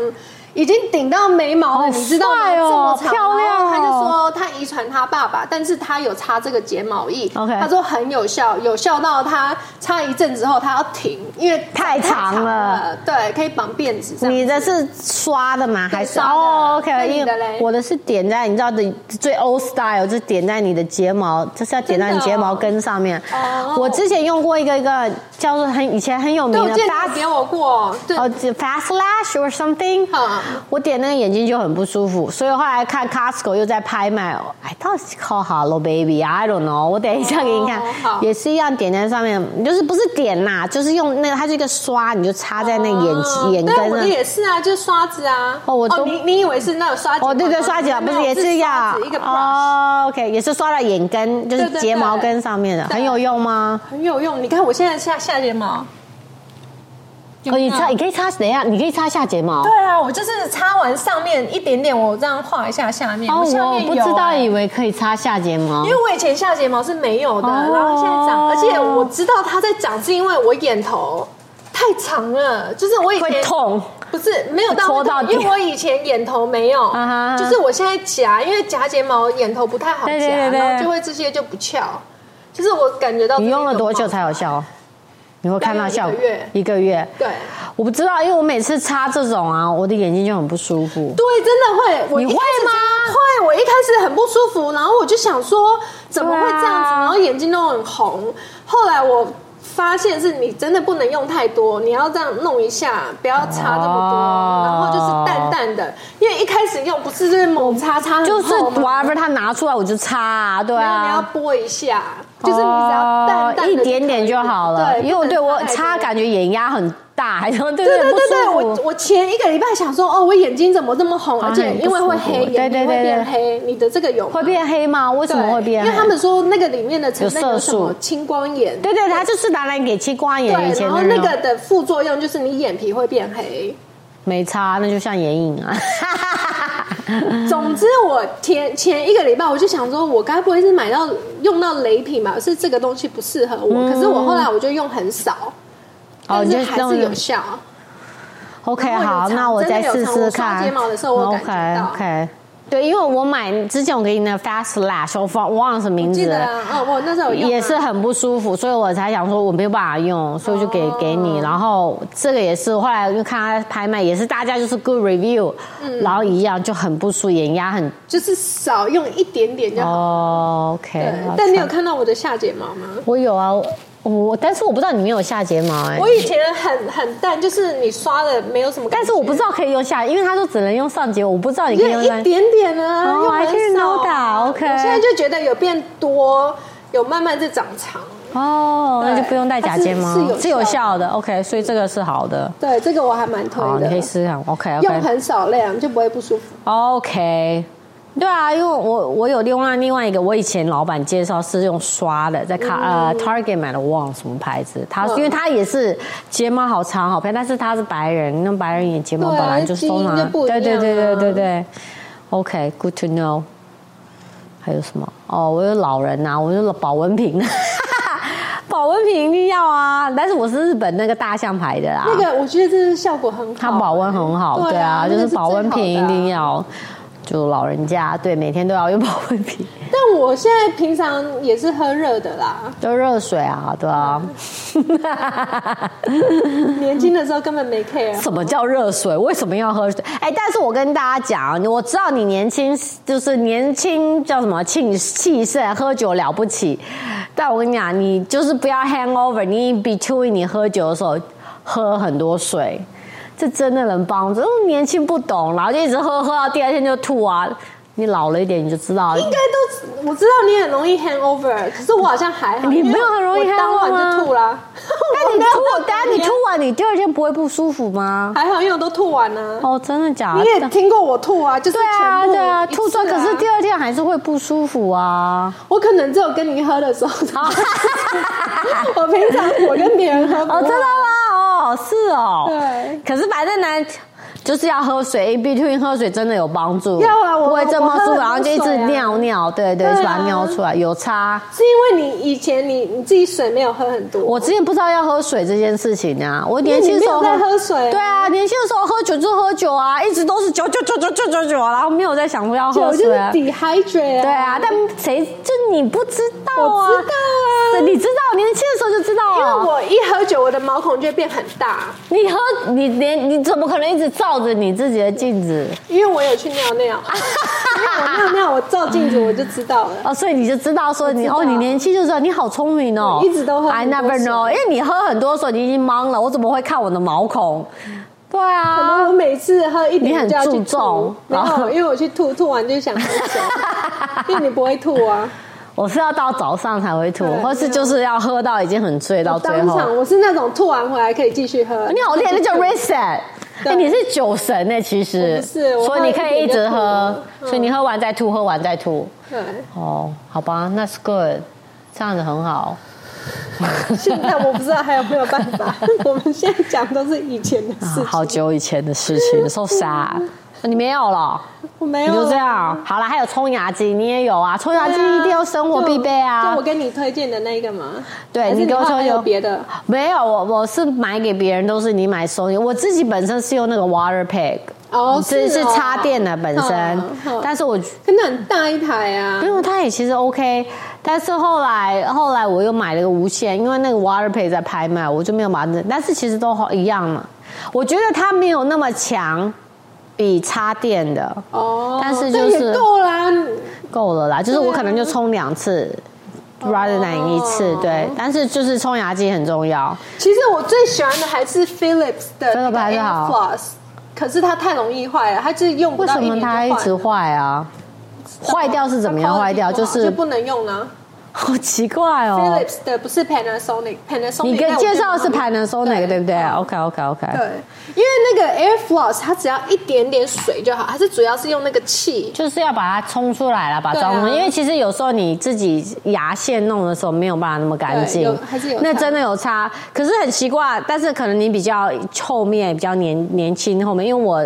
[SPEAKER 2] 已经顶到眉毛了，
[SPEAKER 1] 好
[SPEAKER 2] 你知道吗？
[SPEAKER 1] 帅
[SPEAKER 2] 这
[SPEAKER 1] 哦
[SPEAKER 2] 么长，
[SPEAKER 1] 漂亮哦
[SPEAKER 2] 然后他就说他遗传他爸爸，但是他有擦这个睫毛液
[SPEAKER 1] OK
[SPEAKER 2] 他说很有效，有效到他擦一阵之后他要停，因为
[SPEAKER 1] 太长了
[SPEAKER 2] 了，对，可以绑辫子这样。
[SPEAKER 1] 你的是刷的吗？还是
[SPEAKER 2] 刷的
[SPEAKER 1] 哦，OK，
[SPEAKER 2] 那你
[SPEAKER 1] 因
[SPEAKER 2] 的
[SPEAKER 1] 为
[SPEAKER 2] 嘞
[SPEAKER 1] 我的是点在你知道的最 old style，就是点在你的睫毛，就是要点到你睫毛根上面。
[SPEAKER 2] 真的哦
[SPEAKER 1] 我之前用过一个一个叫做很以前很有名
[SPEAKER 2] 对，我
[SPEAKER 1] 的
[SPEAKER 2] 记得你
[SPEAKER 1] fast
[SPEAKER 2] 有给我过，
[SPEAKER 1] (laughs)
[SPEAKER 2] 对，
[SPEAKER 1] 哦就，fast lash or something，
[SPEAKER 2] 嗯
[SPEAKER 1] 我点那个眼睛就很不舒服，所以后来看 Costco 又在拍卖哦，哎，到底是 call Hello Baby，I don't know，我等一下给你看
[SPEAKER 2] 哦，好
[SPEAKER 1] 也是一样点在上面，就是不是点呐，就是用那个它是一个刷，你就插在那个眼
[SPEAKER 2] 哦
[SPEAKER 1] 眼根
[SPEAKER 2] 对，我
[SPEAKER 1] 那
[SPEAKER 2] 的。也是啊，就是刷子啊。
[SPEAKER 1] 哦我都
[SPEAKER 2] 你你以为是那种刷子？
[SPEAKER 1] 哦，对对，刷睫毛不
[SPEAKER 2] 没
[SPEAKER 1] 是
[SPEAKER 2] 有
[SPEAKER 1] 也是
[SPEAKER 2] 刷
[SPEAKER 1] 要
[SPEAKER 2] 子一个 brush，
[SPEAKER 1] 哦，OK，也是刷到眼根，就是
[SPEAKER 2] 对对对
[SPEAKER 1] 睫毛根上面的，
[SPEAKER 2] 对
[SPEAKER 1] 很有用吗？
[SPEAKER 2] 很有用。你看我现在下下睫毛，啊
[SPEAKER 1] 哦，你擦，你可以擦，等一下，你可以擦下睫毛。
[SPEAKER 4] 对啊，我就是擦完上面一点点，我这样画一下下面。
[SPEAKER 1] 哦，
[SPEAKER 4] 下
[SPEAKER 1] 我
[SPEAKER 2] 啊
[SPEAKER 4] 面
[SPEAKER 1] 不
[SPEAKER 4] 有
[SPEAKER 1] 知道，
[SPEAKER 4] 欸
[SPEAKER 1] 以为可以擦下睫毛
[SPEAKER 4] 因。为我以前下睫毛是没有的，
[SPEAKER 1] 哦
[SPEAKER 4] 然后现在长，而
[SPEAKER 2] 而
[SPEAKER 4] 且
[SPEAKER 2] 且
[SPEAKER 4] 我
[SPEAKER 2] 我知道它在长是因为我眼头太长了，
[SPEAKER 4] 就是我以前
[SPEAKER 1] 会痛，
[SPEAKER 4] 不是没有到
[SPEAKER 1] 戳到
[SPEAKER 4] 那个
[SPEAKER 1] 底
[SPEAKER 4] 因为我以前眼头没有
[SPEAKER 1] (laughs) 啊哈啊哈，
[SPEAKER 4] 就是我现在夹，因为夹睫毛眼头不太好夹，
[SPEAKER 1] 对对对对
[SPEAKER 4] 然后就会这些就不翘，就是我感觉到
[SPEAKER 1] 你用了多久
[SPEAKER 4] 才？
[SPEAKER 1] 才有效？你会看到效果
[SPEAKER 2] 大概？
[SPEAKER 1] 一个月。
[SPEAKER 2] 对
[SPEAKER 1] 我不知道，因为我每次擦这种啊，我的眼睛就很不舒服。
[SPEAKER 2] 对，真的会，我
[SPEAKER 1] 你
[SPEAKER 2] 一开
[SPEAKER 1] 会
[SPEAKER 2] 始
[SPEAKER 1] 吗
[SPEAKER 2] 会，我一开始很不舒服，然后我就想说怎么会这样
[SPEAKER 1] 对
[SPEAKER 2] 子，
[SPEAKER 1] 啊
[SPEAKER 2] 然后眼睛都很红。后来我发现是你真的不能用太多，你要这样弄一下，不要擦这么多，
[SPEAKER 1] 哦
[SPEAKER 2] 然后就是淡淡的，因为一开始用不是就是猛擦擦很厚
[SPEAKER 1] 就
[SPEAKER 2] 吗，
[SPEAKER 1] 是 whatever 它拿出来我就擦、啊，对
[SPEAKER 2] 然后你要
[SPEAKER 1] 啊。
[SPEAKER 2] 拨一下，就是你只要
[SPEAKER 1] 哦
[SPEAKER 2] 淡淡的
[SPEAKER 1] 一点点就好了，
[SPEAKER 2] 对，
[SPEAKER 1] 因为我对我
[SPEAKER 2] 不能
[SPEAKER 1] 擦
[SPEAKER 2] 太多
[SPEAKER 1] 感觉眼压很大，还是对对
[SPEAKER 2] 对对对对，
[SPEAKER 1] 不舒
[SPEAKER 2] 我
[SPEAKER 1] 服
[SPEAKER 2] 我前一个礼拜想说，哦，我眼睛怎么这么红，
[SPEAKER 1] 啊
[SPEAKER 2] 而且因为会
[SPEAKER 1] 很
[SPEAKER 2] 黑，
[SPEAKER 1] 不舒服对
[SPEAKER 2] 眼睛
[SPEAKER 1] 对对
[SPEAKER 2] 会
[SPEAKER 1] 对
[SPEAKER 2] 变黑，你的这个有吗
[SPEAKER 1] 会变黑吗？为什么
[SPEAKER 2] 对
[SPEAKER 1] 会变黑？
[SPEAKER 2] 因为他们说那个里面的成分
[SPEAKER 1] 有色
[SPEAKER 2] 有
[SPEAKER 1] 素
[SPEAKER 2] 什么青光眼，
[SPEAKER 1] 对对，它就是拿来给青光
[SPEAKER 2] 对，
[SPEAKER 1] 眼以前
[SPEAKER 2] 然后
[SPEAKER 1] 的
[SPEAKER 2] 那
[SPEAKER 1] 人
[SPEAKER 2] 个的副作用就是你眼皮会变黑。
[SPEAKER 1] 没擦，那就像眼影
[SPEAKER 2] (laughs)
[SPEAKER 1] 啊。嗯
[SPEAKER 2] 总之，我前前一个礼拜我就想说，我该不会是买到用到雷品吧？是这个东西不适合我，
[SPEAKER 1] 嗯
[SPEAKER 2] 可是我后来我就用很少，
[SPEAKER 1] 哦
[SPEAKER 2] 但
[SPEAKER 1] 你
[SPEAKER 2] 是
[SPEAKER 1] 就
[SPEAKER 2] 还
[SPEAKER 1] 弄
[SPEAKER 2] 是有效。
[SPEAKER 1] OK，
[SPEAKER 2] 然后有
[SPEAKER 1] 好，
[SPEAKER 2] 长
[SPEAKER 1] 那我
[SPEAKER 2] 真
[SPEAKER 1] 再
[SPEAKER 2] 的
[SPEAKER 1] 试
[SPEAKER 2] 有长
[SPEAKER 1] 试
[SPEAKER 2] 我刷
[SPEAKER 1] 看。
[SPEAKER 2] 睫毛的时候我感觉到
[SPEAKER 1] OK OK，对，因为我买之前我给你的 Fast Lash，我忘我忘了什么名
[SPEAKER 2] 记
[SPEAKER 1] 字
[SPEAKER 2] 得
[SPEAKER 1] 了。
[SPEAKER 2] 啊哦，我那时候有用啊
[SPEAKER 1] 也是很不舒服，所以我才想说我没有办法用，所以我就
[SPEAKER 2] 哦
[SPEAKER 1] 给、给你。然后这个也是，后来就看他拍卖，也是大家就是 good review，、然
[SPEAKER 2] 嗯
[SPEAKER 1] 后一样就很不舒服，眼压很
[SPEAKER 2] 就是少用一点点就好。
[SPEAKER 1] 哦 OK
[SPEAKER 2] 对
[SPEAKER 1] 好。
[SPEAKER 2] 但你有看到我的下睫毛吗？
[SPEAKER 1] 我有啊，我我但是我不知道你没有下睫毛哎、
[SPEAKER 2] 我以前很很淡，就是你刷的没有什么感
[SPEAKER 1] 但
[SPEAKER 2] 觉，
[SPEAKER 1] 是我不知道可以用下，因为他说只能用上睫，我不知道你可以
[SPEAKER 2] 就
[SPEAKER 1] 用
[SPEAKER 2] 一
[SPEAKER 1] 上。
[SPEAKER 2] 点点啊，
[SPEAKER 1] 哦
[SPEAKER 2] 又
[SPEAKER 1] I
[SPEAKER 2] 很
[SPEAKER 1] didn't
[SPEAKER 2] 少
[SPEAKER 1] know that.
[SPEAKER 2] 啊。
[SPEAKER 1] OK
[SPEAKER 2] 我现在就觉得有变多，有慢慢在长长。
[SPEAKER 1] 哦，那就不用戴假睫毛，
[SPEAKER 2] 它是是有效的
[SPEAKER 1] 效的。OK，所以这个是好的，
[SPEAKER 2] 对，这个我还蛮推
[SPEAKER 1] 好，哦你
[SPEAKER 2] 的
[SPEAKER 1] 可以，试试看。OK
[SPEAKER 2] 用
[SPEAKER 1] OK
[SPEAKER 2] 很少量就不会不舒服。
[SPEAKER 1] OK。对啊，因为我我有另外另外一个，我以前老板介绍是用刷的，在卡、
[SPEAKER 2] 嗯
[SPEAKER 1] 呃 Target 买的，我忘了什么牌子。他、
[SPEAKER 2] 啊
[SPEAKER 1] 因为他也是睫毛好长好漂亮，但是他是白人，那白人眼睫毛
[SPEAKER 2] 对
[SPEAKER 1] 本
[SPEAKER 2] 啊
[SPEAKER 1] 来就是通常
[SPEAKER 2] 基因就不一样
[SPEAKER 1] 对
[SPEAKER 2] 啊
[SPEAKER 1] 对对对对对。OK，good、to know。还有什么？哦，我有老人呐、啊，我有保温瓶， (laughs) 保温瓶一定要啊！但是我是日本那个大象牌的啊啦，
[SPEAKER 2] 那个我觉得这是效果很好，
[SPEAKER 1] 它保温很好，
[SPEAKER 2] 对
[SPEAKER 1] 对啊，
[SPEAKER 2] 啊
[SPEAKER 1] 就
[SPEAKER 2] 那个
[SPEAKER 1] 是
[SPEAKER 2] 是
[SPEAKER 1] 保温瓶一定
[SPEAKER 2] 最
[SPEAKER 1] 要，就老人家对每天都要用保温瓶，
[SPEAKER 2] 但我现在平常也是喝热的
[SPEAKER 1] (laughs)
[SPEAKER 2] 啦，
[SPEAKER 1] 就热水啊，对 (laughs) 啊。
[SPEAKER 2] 年轻的时候根本没 care。
[SPEAKER 1] 什么叫热水？为什么要喝水？哎、但是我跟大家讲，我知道你年轻，就是年轻叫什么气气盛，喝酒了不起。但我跟你讲，你就是不要 hangover，你 between 你喝酒的时候喝很多水，这真的能帮助。嗯年轻不懂，然后就一直喝，喝到第二天就吐啊。你老了一点，你就知道。
[SPEAKER 2] 应该都，我知道你很容易 hangover，可是我好像还好，
[SPEAKER 1] 你
[SPEAKER 2] 因为
[SPEAKER 1] 没有很容易
[SPEAKER 2] 我当
[SPEAKER 1] hangover 吗
[SPEAKER 2] 晚就
[SPEAKER 1] (laughs)
[SPEAKER 2] 吐啦。
[SPEAKER 1] 但你
[SPEAKER 2] 没
[SPEAKER 1] 吐
[SPEAKER 2] 有到当，
[SPEAKER 1] 但你吐完，你第二天不会不舒服吗？
[SPEAKER 2] 还好，因为我都吐完了。
[SPEAKER 1] 哦，真的假的？
[SPEAKER 2] 你也听过我吐啊，就是
[SPEAKER 1] 对啊，
[SPEAKER 2] 全部
[SPEAKER 1] 对啊，
[SPEAKER 2] 一次
[SPEAKER 1] 吐出来，可是第二天还是会不舒服啊。
[SPEAKER 2] 我可能只有跟你喝的时候才会吐， (laughs) 我平常我跟别人喝
[SPEAKER 1] (laughs) (laughs)
[SPEAKER 2] 不
[SPEAKER 1] 哦，真的
[SPEAKER 2] 会
[SPEAKER 1] 吗？哦，是哦。
[SPEAKER 2] 对。
[SPEAKER 1] 可是反正呢，就是要喝水，in between 喝水真的有帮助。
[SPEAKER 2] 要啊我
[SPEAKER 1] 不会这么舒服，
[SPEAKER 2] 我喝很多
[SPEAKER 1] 然后就一直
[SPEAKER 2] 水啊
[SPEAKER 1] 尿尿，对对，
[SPEAKER 2] 对啊
[SPEAKER 1] 是把它尿出来，有差。
[SPEAKER 2] 是因为你以前你你自己水没有喝很多，
[SPEAKER 1] 我之前不知道要喝水这件事情啊，我年
[SPEAKER 2] 因为
[SPEAKER 1] 轻
[SPEAKER 2] 你
[SPEAKER 1] 的时候
[SPEAKER 2] 没有在喝水啊
[SPEAKER 1] 对啊，年轻的时候喝酒就喝酒啊，一直都是酒酒酒酒酒酒酒啊，然后没有在想说要
[SPEAKER 2] 酒
[SPEAKER 1] 喝
[SPEAKER 2] 就是
[SPEAKER 1] 水啊。
[SPEAKER 2] dehydrate 啊，
[SPEAKER 1] 对啊，但谁就你不知道啊？
[SPEAKER 2] 我知道啊
[SPEAKER 1] 你知道，年轻的时候就知道
[SPEAKER 2] 因为
[SPEAKER 1] 啊。
[SPEAKER 2] 我一喝酒，我的毛孔就会变很大，
[SPEAKER 1] 你喝，你连你怎么可能一直照着你自己的镜子？
[SPEAKER 2] 因为我有去尿尿，因为我尿尿我照镜子我就知道了。
[SPEAKER 1] 哦，所以你就知道说你
[SPEAKER 2] 知道
[SPEAKER 1] 哦，你年轻就知道你好聪明哦，
[SPEAKER 2] 我一直都喝
[SPEAKER 1] I
[SPEAKER 2] 很多
[SPEAKER 1] never
[SPEAKER 2] 水
[SPEAKER 1] know，因为你哎喝很多的时候你已经懵了，我怎么会看我的毛孔？对
[SPEAKER 2] 可能
[SPEAKER 1] 啊
[SPEAKER 2] 我，每次喝一点就要去
[SPEAKER 1] 你很注重
[SPEAKER 2] 吐，没
[SPEAKER 1] 然后
[SPEAKER 2] 有，因为我去吐，吐完就想喝水，因为你不会吐啊。
[SPEAKER 1] 我是要到早上才会吐
[SPEAKER 2] 对，
[SPEAKER 1] 或是就是要喝到已经很醉到最
[SPEAKER 2] 当
[SPEAKER 1] 后。
[SPEAKER 2] 场我是那种吐完回来可以继续喝，
[SPEAKER 1] 哦你好厉害，那叫 reset。哎、
[SPEAKER 2] 对
[SPEAKER 1] 你是酒神呢、其实
[SPEAKER 2] 我不是我
[SPEAKER 1] 所以
[SPEAKER 2] 喝
[SPEAKER 1] 你
[SPEAKER 2] 一
[SPEAKER 1] 可以一
[SPEAKER 2] 点就
[SPEAKER 1] 直
[SPEAKER 2] 吐
[SPEAKER 1] 喝
[SPEAKER 2] 了，
[SPEAKER 1] 所以你喝完再吐，喝完再吐。
[SPEAKER 2] 对。
[SPEAKER 1] 哦，好吧，那是 good，这样子很好。
[SPEAKER 2] 现在我不知道还有没有办
[SPEAKER 1] (laughs)
[SPEAKER 2] 法。我们现在讲都是以前的事
[SPEAKER 1] 啊
[SPEAKER 2] 情，
[SPEAKER 1] 好久以前的事情，受傻、你没有了，
[SPEAKER 2] 我没
[SPEAKER 1] 你
[SPEAKER 2] 有啊
[SPEAKER 1] 就这样。好了，还有冲牙机，你也有啊，冲牙机一定要生活必备
[SPEAKER 2] 就
[SPEAKER 1] 啊
[SPEAKER 2] 就我。跟你推荐的那一个嘛，
[SPEAKER 1] 对
[SPEAKER 2] 还是
[SPEAKER 1] 你给我
[SPEAKER 2] 后来
[SPEAKER 1] 说
[SPEAKER 2] 有
[SPEAKER 1] 有
[SPEAKER 2] 别的，
[SPEAKER 1] 没有，我我是买给别人，都是你买 Sony，我自己本身是用那个 Water Pack，
[SPEAKER 2] 哦
[SPEAKER 1] 嗯这是
[SPEAKER 2] 是哦
[SPEAKER 1] 插电的本身
[SPEAKER 2] 嗯嗯，
[SPEAKER 1] 但是我
[SPEAKER 2] 真的很大一台啊
[SPEAKER 1] 因。为它也其实 OK，但是后来后来我又买了个无线，因为那个 Water Pay 在拍卖，我就没有把那，但是其实都好一样嘛。我觉得它没有那么强，比插电的
[SPEAKER 2] 哦，
[SPEAKER 1] 但是
[SPEAKER 2] 这
[SPEAKER 1] 就是
[SPEAKER 2] 也够啦。
[SPEAKER 1] 够了啦，就是我
[SPEAKER 2] 对啊
[SPEAKER 1] 可能就冲两次。rather than 一次，对，但是就是冲牙机很重要，
[SPEAKER 2] 其实我最喜欢的还是 Philips 的
[SPEAKER 1] Philips 还是
[SPEAKER 2] Air
[SPEAKER 1] 好
[SPEAKER 2] Plus，可是它太容易坏了，它就是用不
[SPEAKER 1] 为
[SPEAKER 2] 到
[SPEAKER 1] 什
[SPEAKER 2] 一
[SPEAKER 1] 么
[SPEAKER 2] 年就
[SPEAKER 1] 它
[SPEAKER 2] 坏
[SPEAKER 1] 一直坏啊？坏掉是怎么样坏掉？
[SPEAKER 2] 它 quality 不
[SPEAKER 1] 就
[SPEAKER 2] 好
[SPEAKER 1] 是
[SPEAKER 2] 不能用呢。
[SPEAKER 1] 好奇怪哦。
[SPEAKER 2] Philips 的不是 Panasonic，Panasonic
[SPEAKER 1] 你跟
[SPEAKER 2] 在我
[SPEAKER 1] 介绍的是
[SPEAKER 2] 电脑里面
[SPEAKER 1] Panasonic 对不对？OK OK OK。
[SPEAKER 2] 对，因为那个 Air Floss 它只要一点点水就好，它是主要是用那个气。
[SPEAKER 1] 就是要把它冲出来了，把它装出来
[SPEAKER 2] 对啊
[SPEAKER 1] 因为其实有时候你自己牙线弄的时候没有办法那么干
[SPEAKER 2] 对
[SPEAKER 1] 净
[SPEAKER 2] 有还是有，差
[SPEAKER 1] 那真的有差。可是很奇怪，但是可能你比较后面比较年年轻后面，因为我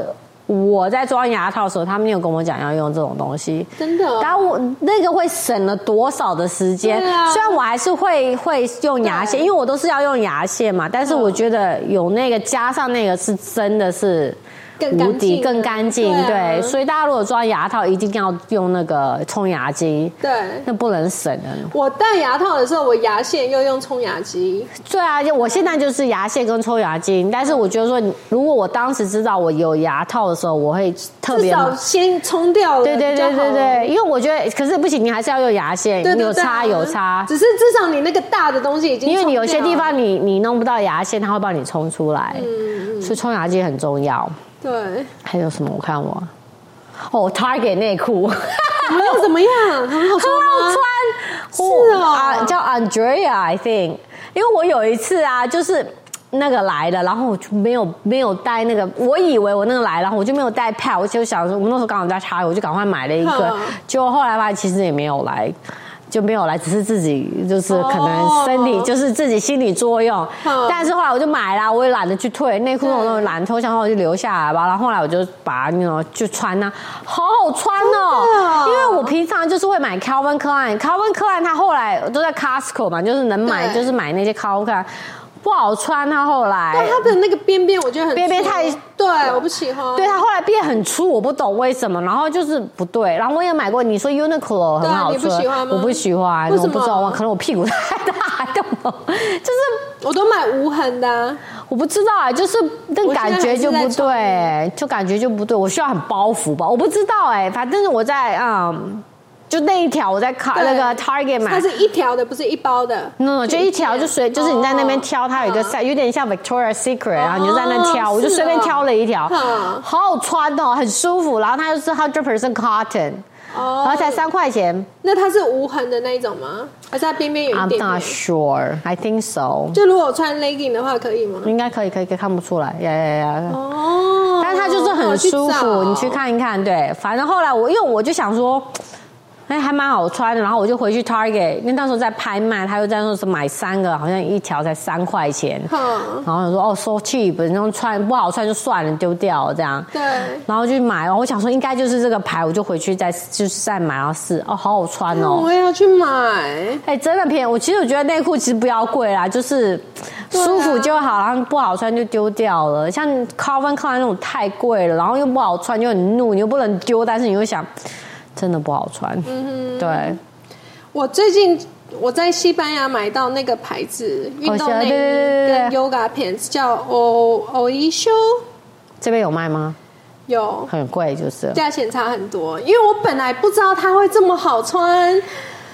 [SPEAKER 1] 我在装牙套的时候，他们有跟我讲要用这种东西，
[SPEAKER 2] 真的哦
[SPEAKER 1] 但我那个会省了多少的时间？
[SPEAKER 2] 对啊
[SPEAKER 1] 虽然我还是会会用牙线，
[SPEAKER 2] 对
[SPEAKER 1] 因为我都是要用牙线嘛，但是我觉得有那个加上那个是真的是。
[SPEAKER 2] 更
[SPEAKER 1] 无
[SPEAKER 2] 干
[SPEAKER 1] 敌
[SPEAKER 2] 净
[SPEAKER 1] 更干净，
[SPEAKER 2] 对啊
[SPEAKER 1] 对，所以大家如果装牙套，一定要用那个冲牙机，
[SPEAKER 2] 对，
[SPEAKER 1] 那不能省啊的。
[SPEAKER 2] 我戴牙套的时候，我牙线又用冲牙机。
[SPEAKER 1] 对啊，我现在就是牙线跟抽牙机，但是我觉得说，如果我当时知道我有牙套的时候，我会特
[SPEAKER 2] 至
[SPEAKER 1] 别
[SPEAKER 2] 少
[SPEAKER 1] 买。
[SPEAKER 2] 先冲掉了，
[SPEAKER 1] 对对
[SPEAKER 2] 比较
[SPEAKER 1] 对
[SPEAKER 2] 好
[SPEAKER 1] 对对，因为我觉得，可是不行，你还是要用牙线，
[SPEAKER 2] 对对对啊
[SPEAKER 1] 有差有差，
[SPEAKER 2] 只是至少你那个大的东西已经，
[SPEAKER 1] 因为你有些地方你你弄不到牙线，它会帮你冲出来，
[SPEAKER 2] 嗯
[SPEAKER 1] 所以冲牙机很重要。
[SPEAKER 2] 对，
[SPEAKER 1] 还有什么？我看我，哦，Target 内裤。
[SPEAKER 2] 怎么样怎么样，很好
[SPEAKER 1] 很
[SPEAKER 2] 穿
[SPEAKER 1] 好
[SPEAKER 2] 吗？
[SPEAKER 1] 穿，
[SPEAKER 2] 是哦
[SPEAKER 1] 啊，叫 Andrea I think，因为我有一次啊，就是。那个来了，然后我就没有没有带那个，我以为我那个来了，然后我就没有带 pad，我就想说，我们那时候刚好在插，我就赶快买了一个
[SPEAKER 2] 嗯，
[SPEAKER 1] 结果后来发现其实也没有来，就没有来，只是自己就是可能身体
[SPEAKER 2] 哦
[SPEAKER 1] 就是自己心理作用，
[SPEAKER 2] 嗯
[SPEAKER 1] 但是后来我就买啦，我也懒得去退内裤，
[SPEAKER 2] 对
[SPEAKER 1] 我都懒得脱，想说我就留下来吧，然后后来我就把那种就穿它，好好穿
[SPEAKER 2] 真的
[SPEAKER 1] 哦
[SPEAKER 2] 哦，
[SPEAKER 1] 因为我平常就是会买 Calvin Klein，Calvin Klein 它后来都在 Costco 嘛，就是能买
[SPEAKER 2] 对
[SPEAKER 1] 就是买那些 Calvin Klein，不好穿它后来。
[SPEAKER 2] 但它的那个边哎边我觉得很粗
[SPEAKER 1] 边边太
[SPEAKER 2] 对，我不喜欢。
[SPEAKER 1] 对它后来变很粗，我不懂为什么，然后就是不对，然后我也买过，你说 Uniqlo 很
[SPEAKER 2] 对啊
[SPEAKER 1] 好
[SPEAKER 2] 你不
[SPEAKER 1] 穿，
[SPEAKER 2] 喜欢吗
[SPEAKER 1] 我不喜欢，
[SPEAKER 2] 为什么
[SPEAKER 1] 我不知道，可能我屁股太大，懂不懂？就是
[SPEAKER 2] 我都买无痕的啊、
[SPEAKER 1] 我不知道啊，就是那
[SPEAKER 2] 我现在
[SPEAKER 1] 感觉就
[SPEAKER 2] 还
[SPEAKER 1] 不
[SPEAKER 2] 是在
[SPEAKER 1] 对、就感觉就不对。我需要很包袱吧？我不知道哎、反正我在嗯，就那一条我在卡那
[SPEAKER 2] 对
[SPEAKER 1] 个 Target 买
[SPEAKER 2] 它，是一条的，不是一包的。
[SPEAKER 1] no no 嗯就一条就随，就是你在那边挑，它有一个 size，有点像 Victoria Secret，然后你就在那挑，
[SPEAKER 2] 哦嗯哦
[SPEAKER 1] 我就随便
[SPEAKER 2] 是哦
[SPEAKER 1] 挑了一条，
[SPEAKER 2] 嗯
[SPEAKER 1] 好好穿哦，很舒服。然后它又是 hundred percent cotton，
[SPEAKER 2] 哦，
[SPEAKER 1] 然后才三块钱。
[SPEAKER 2] 那它是无痕的那一种吗？还是它边边有一
[SPEAKER 1] I'm
[SPEAKER 2] 点
[SPEAKER 1] not
[SPEAKER 2] 点？
[SPEAKER 1] sure. I think so.
[SPEAKER 2] 就如果我穿 legging 的话，可以吗？
[SPEAKER 1] 应该可以，可以，可以看不出来，呀呀呀！
[SPEAKER 2] 哦，
[SPEAKER 1] 但是它就是很舒服，你去
[SPEAKER 2] 看。
[SPEAKER 1] 看一看。对，反正后来我因为我就想说，哎，还蛮好穿的，然后我就回去 Target，因为那时候在拍卖，他又在说是买三个，好像一条才三块钱。
[SPEAKER 2] 嗯，
[SPEAKER 1] 然后我说哦，so cheap，然后穿不好穿就算了，丢掉这样。
[SPEAKER 2] 对，
[SPEAKER 1] 然后就买，我想说应该就是这个牌，我就回去再就是再买，然后试哦，好好穿
[SPEAKER 2] 那
[SPEAKER 1] 哦
[SPEAKER 2] 我。也要去买。
[SPEAKER 1] 哎、真的便宜。我其实我觉得内裤其实不要贵啦，就是
[SPEAKER 2] 对啊
[SPEAKER 1] 舒服就好，然后不好穿就丢掉了。像 Calvin Klein 那种太贵了，然后又不好穿，就很怒，你又不能丢，但是你又想，真的不好穿。嗯对，
[SPEAKER 2] 我最近我在西班牙买到那个牌子运动内衣
[SPEAKER 1] 哦对对对对对
[SPEAKER 2] 跟 yoga pants，叫 O O i s h o
[SPEAKER 1] 这边有卖吗？
[SPEAKER 2] 有
[SPEAKER 1] 很贵就是。
[SPEAKER 2] 价钱差很多，因为我本来不知道它会这么好穿，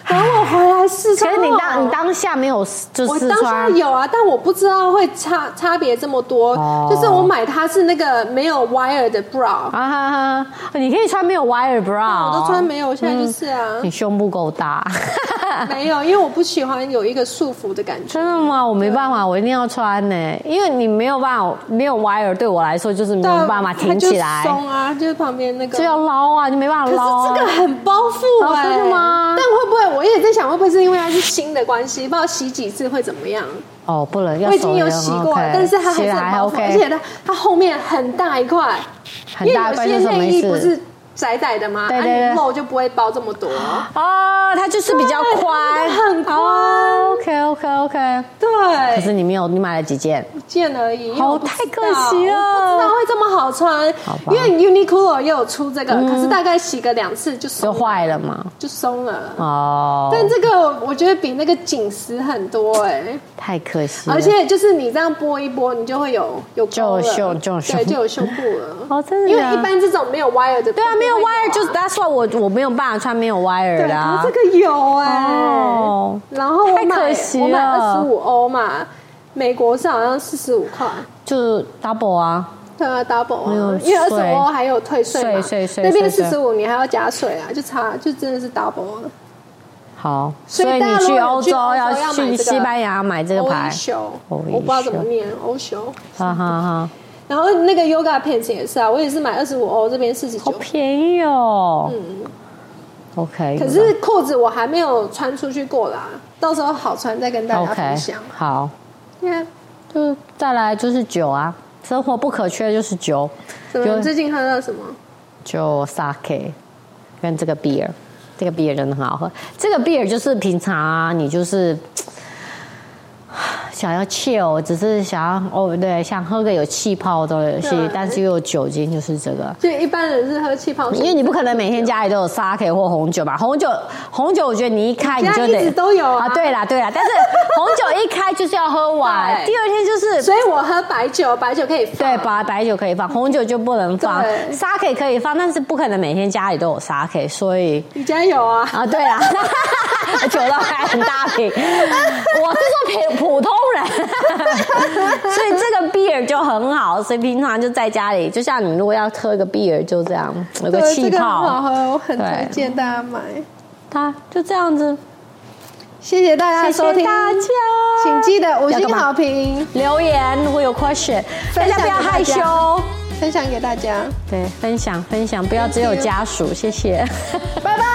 [SPEAKER 2] 然后我回来试
[SPEAKER 1] 可
[SPEAKER 2] 穿
[SPEAKER 1] 是
[SPEAKER 2] 后，
[SPEAKER 1] 你当你当下没有就
[SPEAKER 2] 我
[SPEAKER 1] 试
[SPEAKER 2] 当下
[SPEAKER 1] 穿，
[SPEAKER 2] 有啊，但我不知道会差差别这么多。
[SPEAKER 1] 哦
[SPEAKER 2] 就是我买它是那个没有 wire 的 bra，、
[SPEAKER 1] 啊哈哈，你可以穿没有 wire bra，
[SPEAKER 2] 我都穿没
[SPEAKER 1] 有。嗯
[SPEAKER 2] 有，我现在就是啊。
[SPEAKER 1] 你胸部够大， (laughs)
[SPEAKER 2] 没有，因为我不喜欢有一个束缚的感觉。
[SPEAKER 1] 真的吗？我没办法，我一定要穿呢、因为你没有办法，没有 wire 对我来说就是 (laughs) 没有办法挺起来
[SPEAKER 2] 它，就松啊，就是旁边那个。
[SPEAKER 1] 就要捞啊，就没办法
[SPEAKER 2] 可
[SPEAKER 1] 捞、啊。
[SPEAKER 2] 是这个很包覆
[SPEAKER 1] 哦
[SPEAKER 2] 哎、
[SPEAKER 1] 真的吗
[SPEAKER 2] 但会不会我也在想，会不会是因为它是新的关系，不知道洗几次会怎么样？
[SPEAKER 1] 哦，不能，要
[SPEAKER 2] 我已经
[SPEAKER 1] 手
[SPEAKER 2] 有
[SPEAKER 1] 摇
[SPEAKER 2] 洗过
[SPEAKER 1] OK，
[SPEAKER 2] 了，但是它还
[SPEAKER 1] 洗
[SPEAKER 2] 是
[SPEAKER 1] 了
[SPEAKER 2] 很
[SPEAKER 1] 还
[SPEAKER 2] 包覆，而
[SPEAKER 1] OK，
[SPEAKER 2] 且它它后面很大一块，
[SPEAKER 1] 很大一块
[SPEAKER 2] 因
[SPEAKER 1] 是什
[SPEAKER 2] 为有些
[SPEAKER 1] 么
[SPEAKER 2] 内
[SPEAKER 1] 意
[SPEAKER 2] 衣不
[SPEAKER 1] 思
[SPEAKER 2] 是？窄窄的吗？
[SPEAKER 1] 对对
[SPEAKER 2] 啊、
[SPEAKER 1] 对
[SPEAKER 2] 你露就不会包这么多。
[SPEAKER 1] 哦，它就是比较宽，
[SPEAKER 2] 对它很宽
[SPEAKER 1] OK OK OK，可是
[SPEAKER 2] 对，
[SPEAKER 1] 你没有，你买了几件？
[SPEAKER 2] 一件而已，因为
[SPEAKER 1] 好
[SPEAKER 2] 我不知
[SPEAKER 1] 太可
[SPEAKER 2] 道
[SPEAKER 1] 惜了
[SPEAKER 2] 我不知道会这么好穿
[SPEAKER 1] 好吧，嗯
[SPEAKER 2] 因为 Uniqlo 也有出这个，可是大概洗个两次就松
[SPEAKER 1] 就
[SPEAKER 2] 了
[SPEAKER 1] 坏了嘛？
[SPEAKER 2] 就松了。
[SPEAKER 1] 哦，
[SPEAKER 2] 但这个我觉得比那个紧实很多哎、
[SPEAKER 1] 太可惜了。
[SPEAKER 2] 而且就是你这样拨一拨，你就会有有
[SPEAKER 1] 就有
[SPEAKER 2] 沟了
[SPEAKER 1] 胸就有胸
[SPEAKER 2] 对，就有胸部
[SPEAKER 1] (laughs)
[SPEAKER 2] 了。
[SPEAKER 1] 哦真的
[SPEAKER 2] 因为
[SPEAKER 1] 啊
[SPEAKER 2] 一般这种没有 wire 的，
[SPEAKER 1] 对啊，没有 wire 就是 that's why 我我没有办法穿没有 wire
[SPEAKER 2] 对
[SPEAKER 1] 的、啊，
[SPEAKER 2] 啊这。个有哎、
[SPEAKER 1] 哦
[SPEAKER 2] 然后我
[SPEAKER 1] 太
[SPEAKER 2] 买
[SPEAKER 1] 可惜
[SPEAKER 2] 我买
[SPEAKER 1] 了
[SPEAKER 2] 二十五欧嘛，美国是好像四十五块。
[SPEAKER 1] 就 double 啊，
[SPEAKER 2] 对啊，double
[SPEAKER 1] 没有
[SPEAKER 2] 啊，因为二十
[SPEAKER 1] 税
[SPEAKER 2] 五欧还有退税嘛，
[SPEAKER 1] 税税税
[SPEAKER 2] 那边
[SPEAKER 1] 税
[SPEAKER 2] 四
[SPEAKER 1] 税
[SPEAKER 2] 十五你还要加税啊，就差就真的是 double 了。
[SPEAKER 1] 好，所
[SPEAKER 2] 所以
[SPEAKER 1] 以
[SPEAKER 2] 大
[SPEAKER 1] 你
[SPEAKER 2] 家如
[SPEAKER 1] 去
[SPEAKER 2] 果有
[SPEAKER 1] 欧
[SPEAKER 2] 去
[SPEAKER 1] 洲
[SPEAKER 2] 欧洲
[SPEAKER 1] 要
[SPEAKER 2] 要买
[SPEAKER 1] 去
[SPEAKER 2] 这个
[SPEAKER 1] 西班牙买这个
[SPEAKER 2] 欧
[SPEAKER 1] 牌，
[SPEAKER 2] 修，
[SPEAKER 1] 欧
[SPEAKER 2] 我
[SPEAKER 1] 一
[SPEAKER 2] 不知道怎么
[SPEAKER 1] 修
[SPEAKER 2] 念欧修。
[SPEAKER 1] 哈哈哈，
[SPEAKER 2] 然后那个 yoga pants 也是啊，我也是买二十五欧，这边四十
[SPEAKER 1] 好
[SPEAKER 2] 九。
[SPEAKER 1] 便宜啊哦。嗯，OK，
[SPEAKER 2] 可是裤子我还没有穿出去过啦，到时候好穿再跟大家
[SPEAKER 1] OK
[SPEAKER 2] 分享。
[SPEAKER 1] 好，
[SPEAKER 2] 看，
[SPEAKER 1] 就再来就是酒啊，生活不可缺的就是酒，
[SPEAKER 2] 怎么
[SPEAKER 1] 有
[SPEAKER 2] 你最近喝到什么？
[SPEAKER 1] 就 sake 跟这个 beer，这个 beer 真的很好喝。这个 beer 就是平常啊，你就是 (sighs) 想要 chill，只是想要哦，对，想喝个有气泡的东西
[SPEAKER 2] 对，啊
[SPEAKER 1] 但是又有酒精，就是这个。
[SPEAKER 2] 就一般人是喝气泡水，
[SPEAKER 1] 因为你不可能每天家里都有 sake 或红酒吧？红酒，红酒，我觉得你一开你
[SPEAKER 2] 家
[SPEAKER 1] 就
[SPEAKER 2] 一
[SPEAKER 1] 得
[SPEAKER 2] 直都有啊
[SPEAKER 1] 对啦，对啦，
[SPEAKER 2] (laughs)
[SPEAKER 1] 但是红酒一开就是要喝完，
[SPEAKER 2] 对啊
[SPEAKER 1] 第二天就是
[SPEAKER 2] 所以我喝白酒，白酒可以放
[SPEAKER 1] 对，白白酒可以放，红酒就不能放
[SPEAKER 2] 对
[SPEAKER 1] ，sake 可以放，但是不可能每天家里都有 sake，所以
[SPEAKER 2] 你家有啊？
[SPEAKER 1] 啊， (laughs) 对啦，酒量还很大瓶，我是说普普通人， (laughs) 所以这个 beer 就很好，所以平常就在家里，就像你如果要喝个 beer，就这样有个
[SPEAKER 2] 对，
[SPEAKER 1] 气
[SPEAKER 2] 这个很好
[SPEAKER 1] 泡，
[SPEAKER 2] 喝，我很推
[SPEAKER 1] 对
[SPEAKER 2] 荐大家买。
[SPEAKER 1] 它就这样子。
[SPEAKER 2] 谢谢大家
[SPEAKER 1] 谢
[SPEAKER 2] 的啊收
[SPEAKER 1] 谢
[SPEAKER 2] 听，
[SPEAKER 1] 大家，
[SPEAKER 2] 请记得五
[SPEAKER 1] 要干
[SPEAKER 2] 星
[SPEAKER 1] 嘛
[SPEAKER 2] 好评
[SPEAKER 1] 留言，如果有 question，大
[SPEAKER 2] 分
[SPEAKER 1] 家
[SPEAKER 2] 享
[SPEAKER 1] 不要害
[SPEAKER 2] 给大
[SPEAKER 1] 羞
[SPEAKER 2] 家，分享给大家，
[SPEAKER 1] 对，分享分享，不要只有
[SPEAKER 2] Thank you
[SPEAKER 1] 家属，谢谢。
[SPEAKER 2] 拜拜。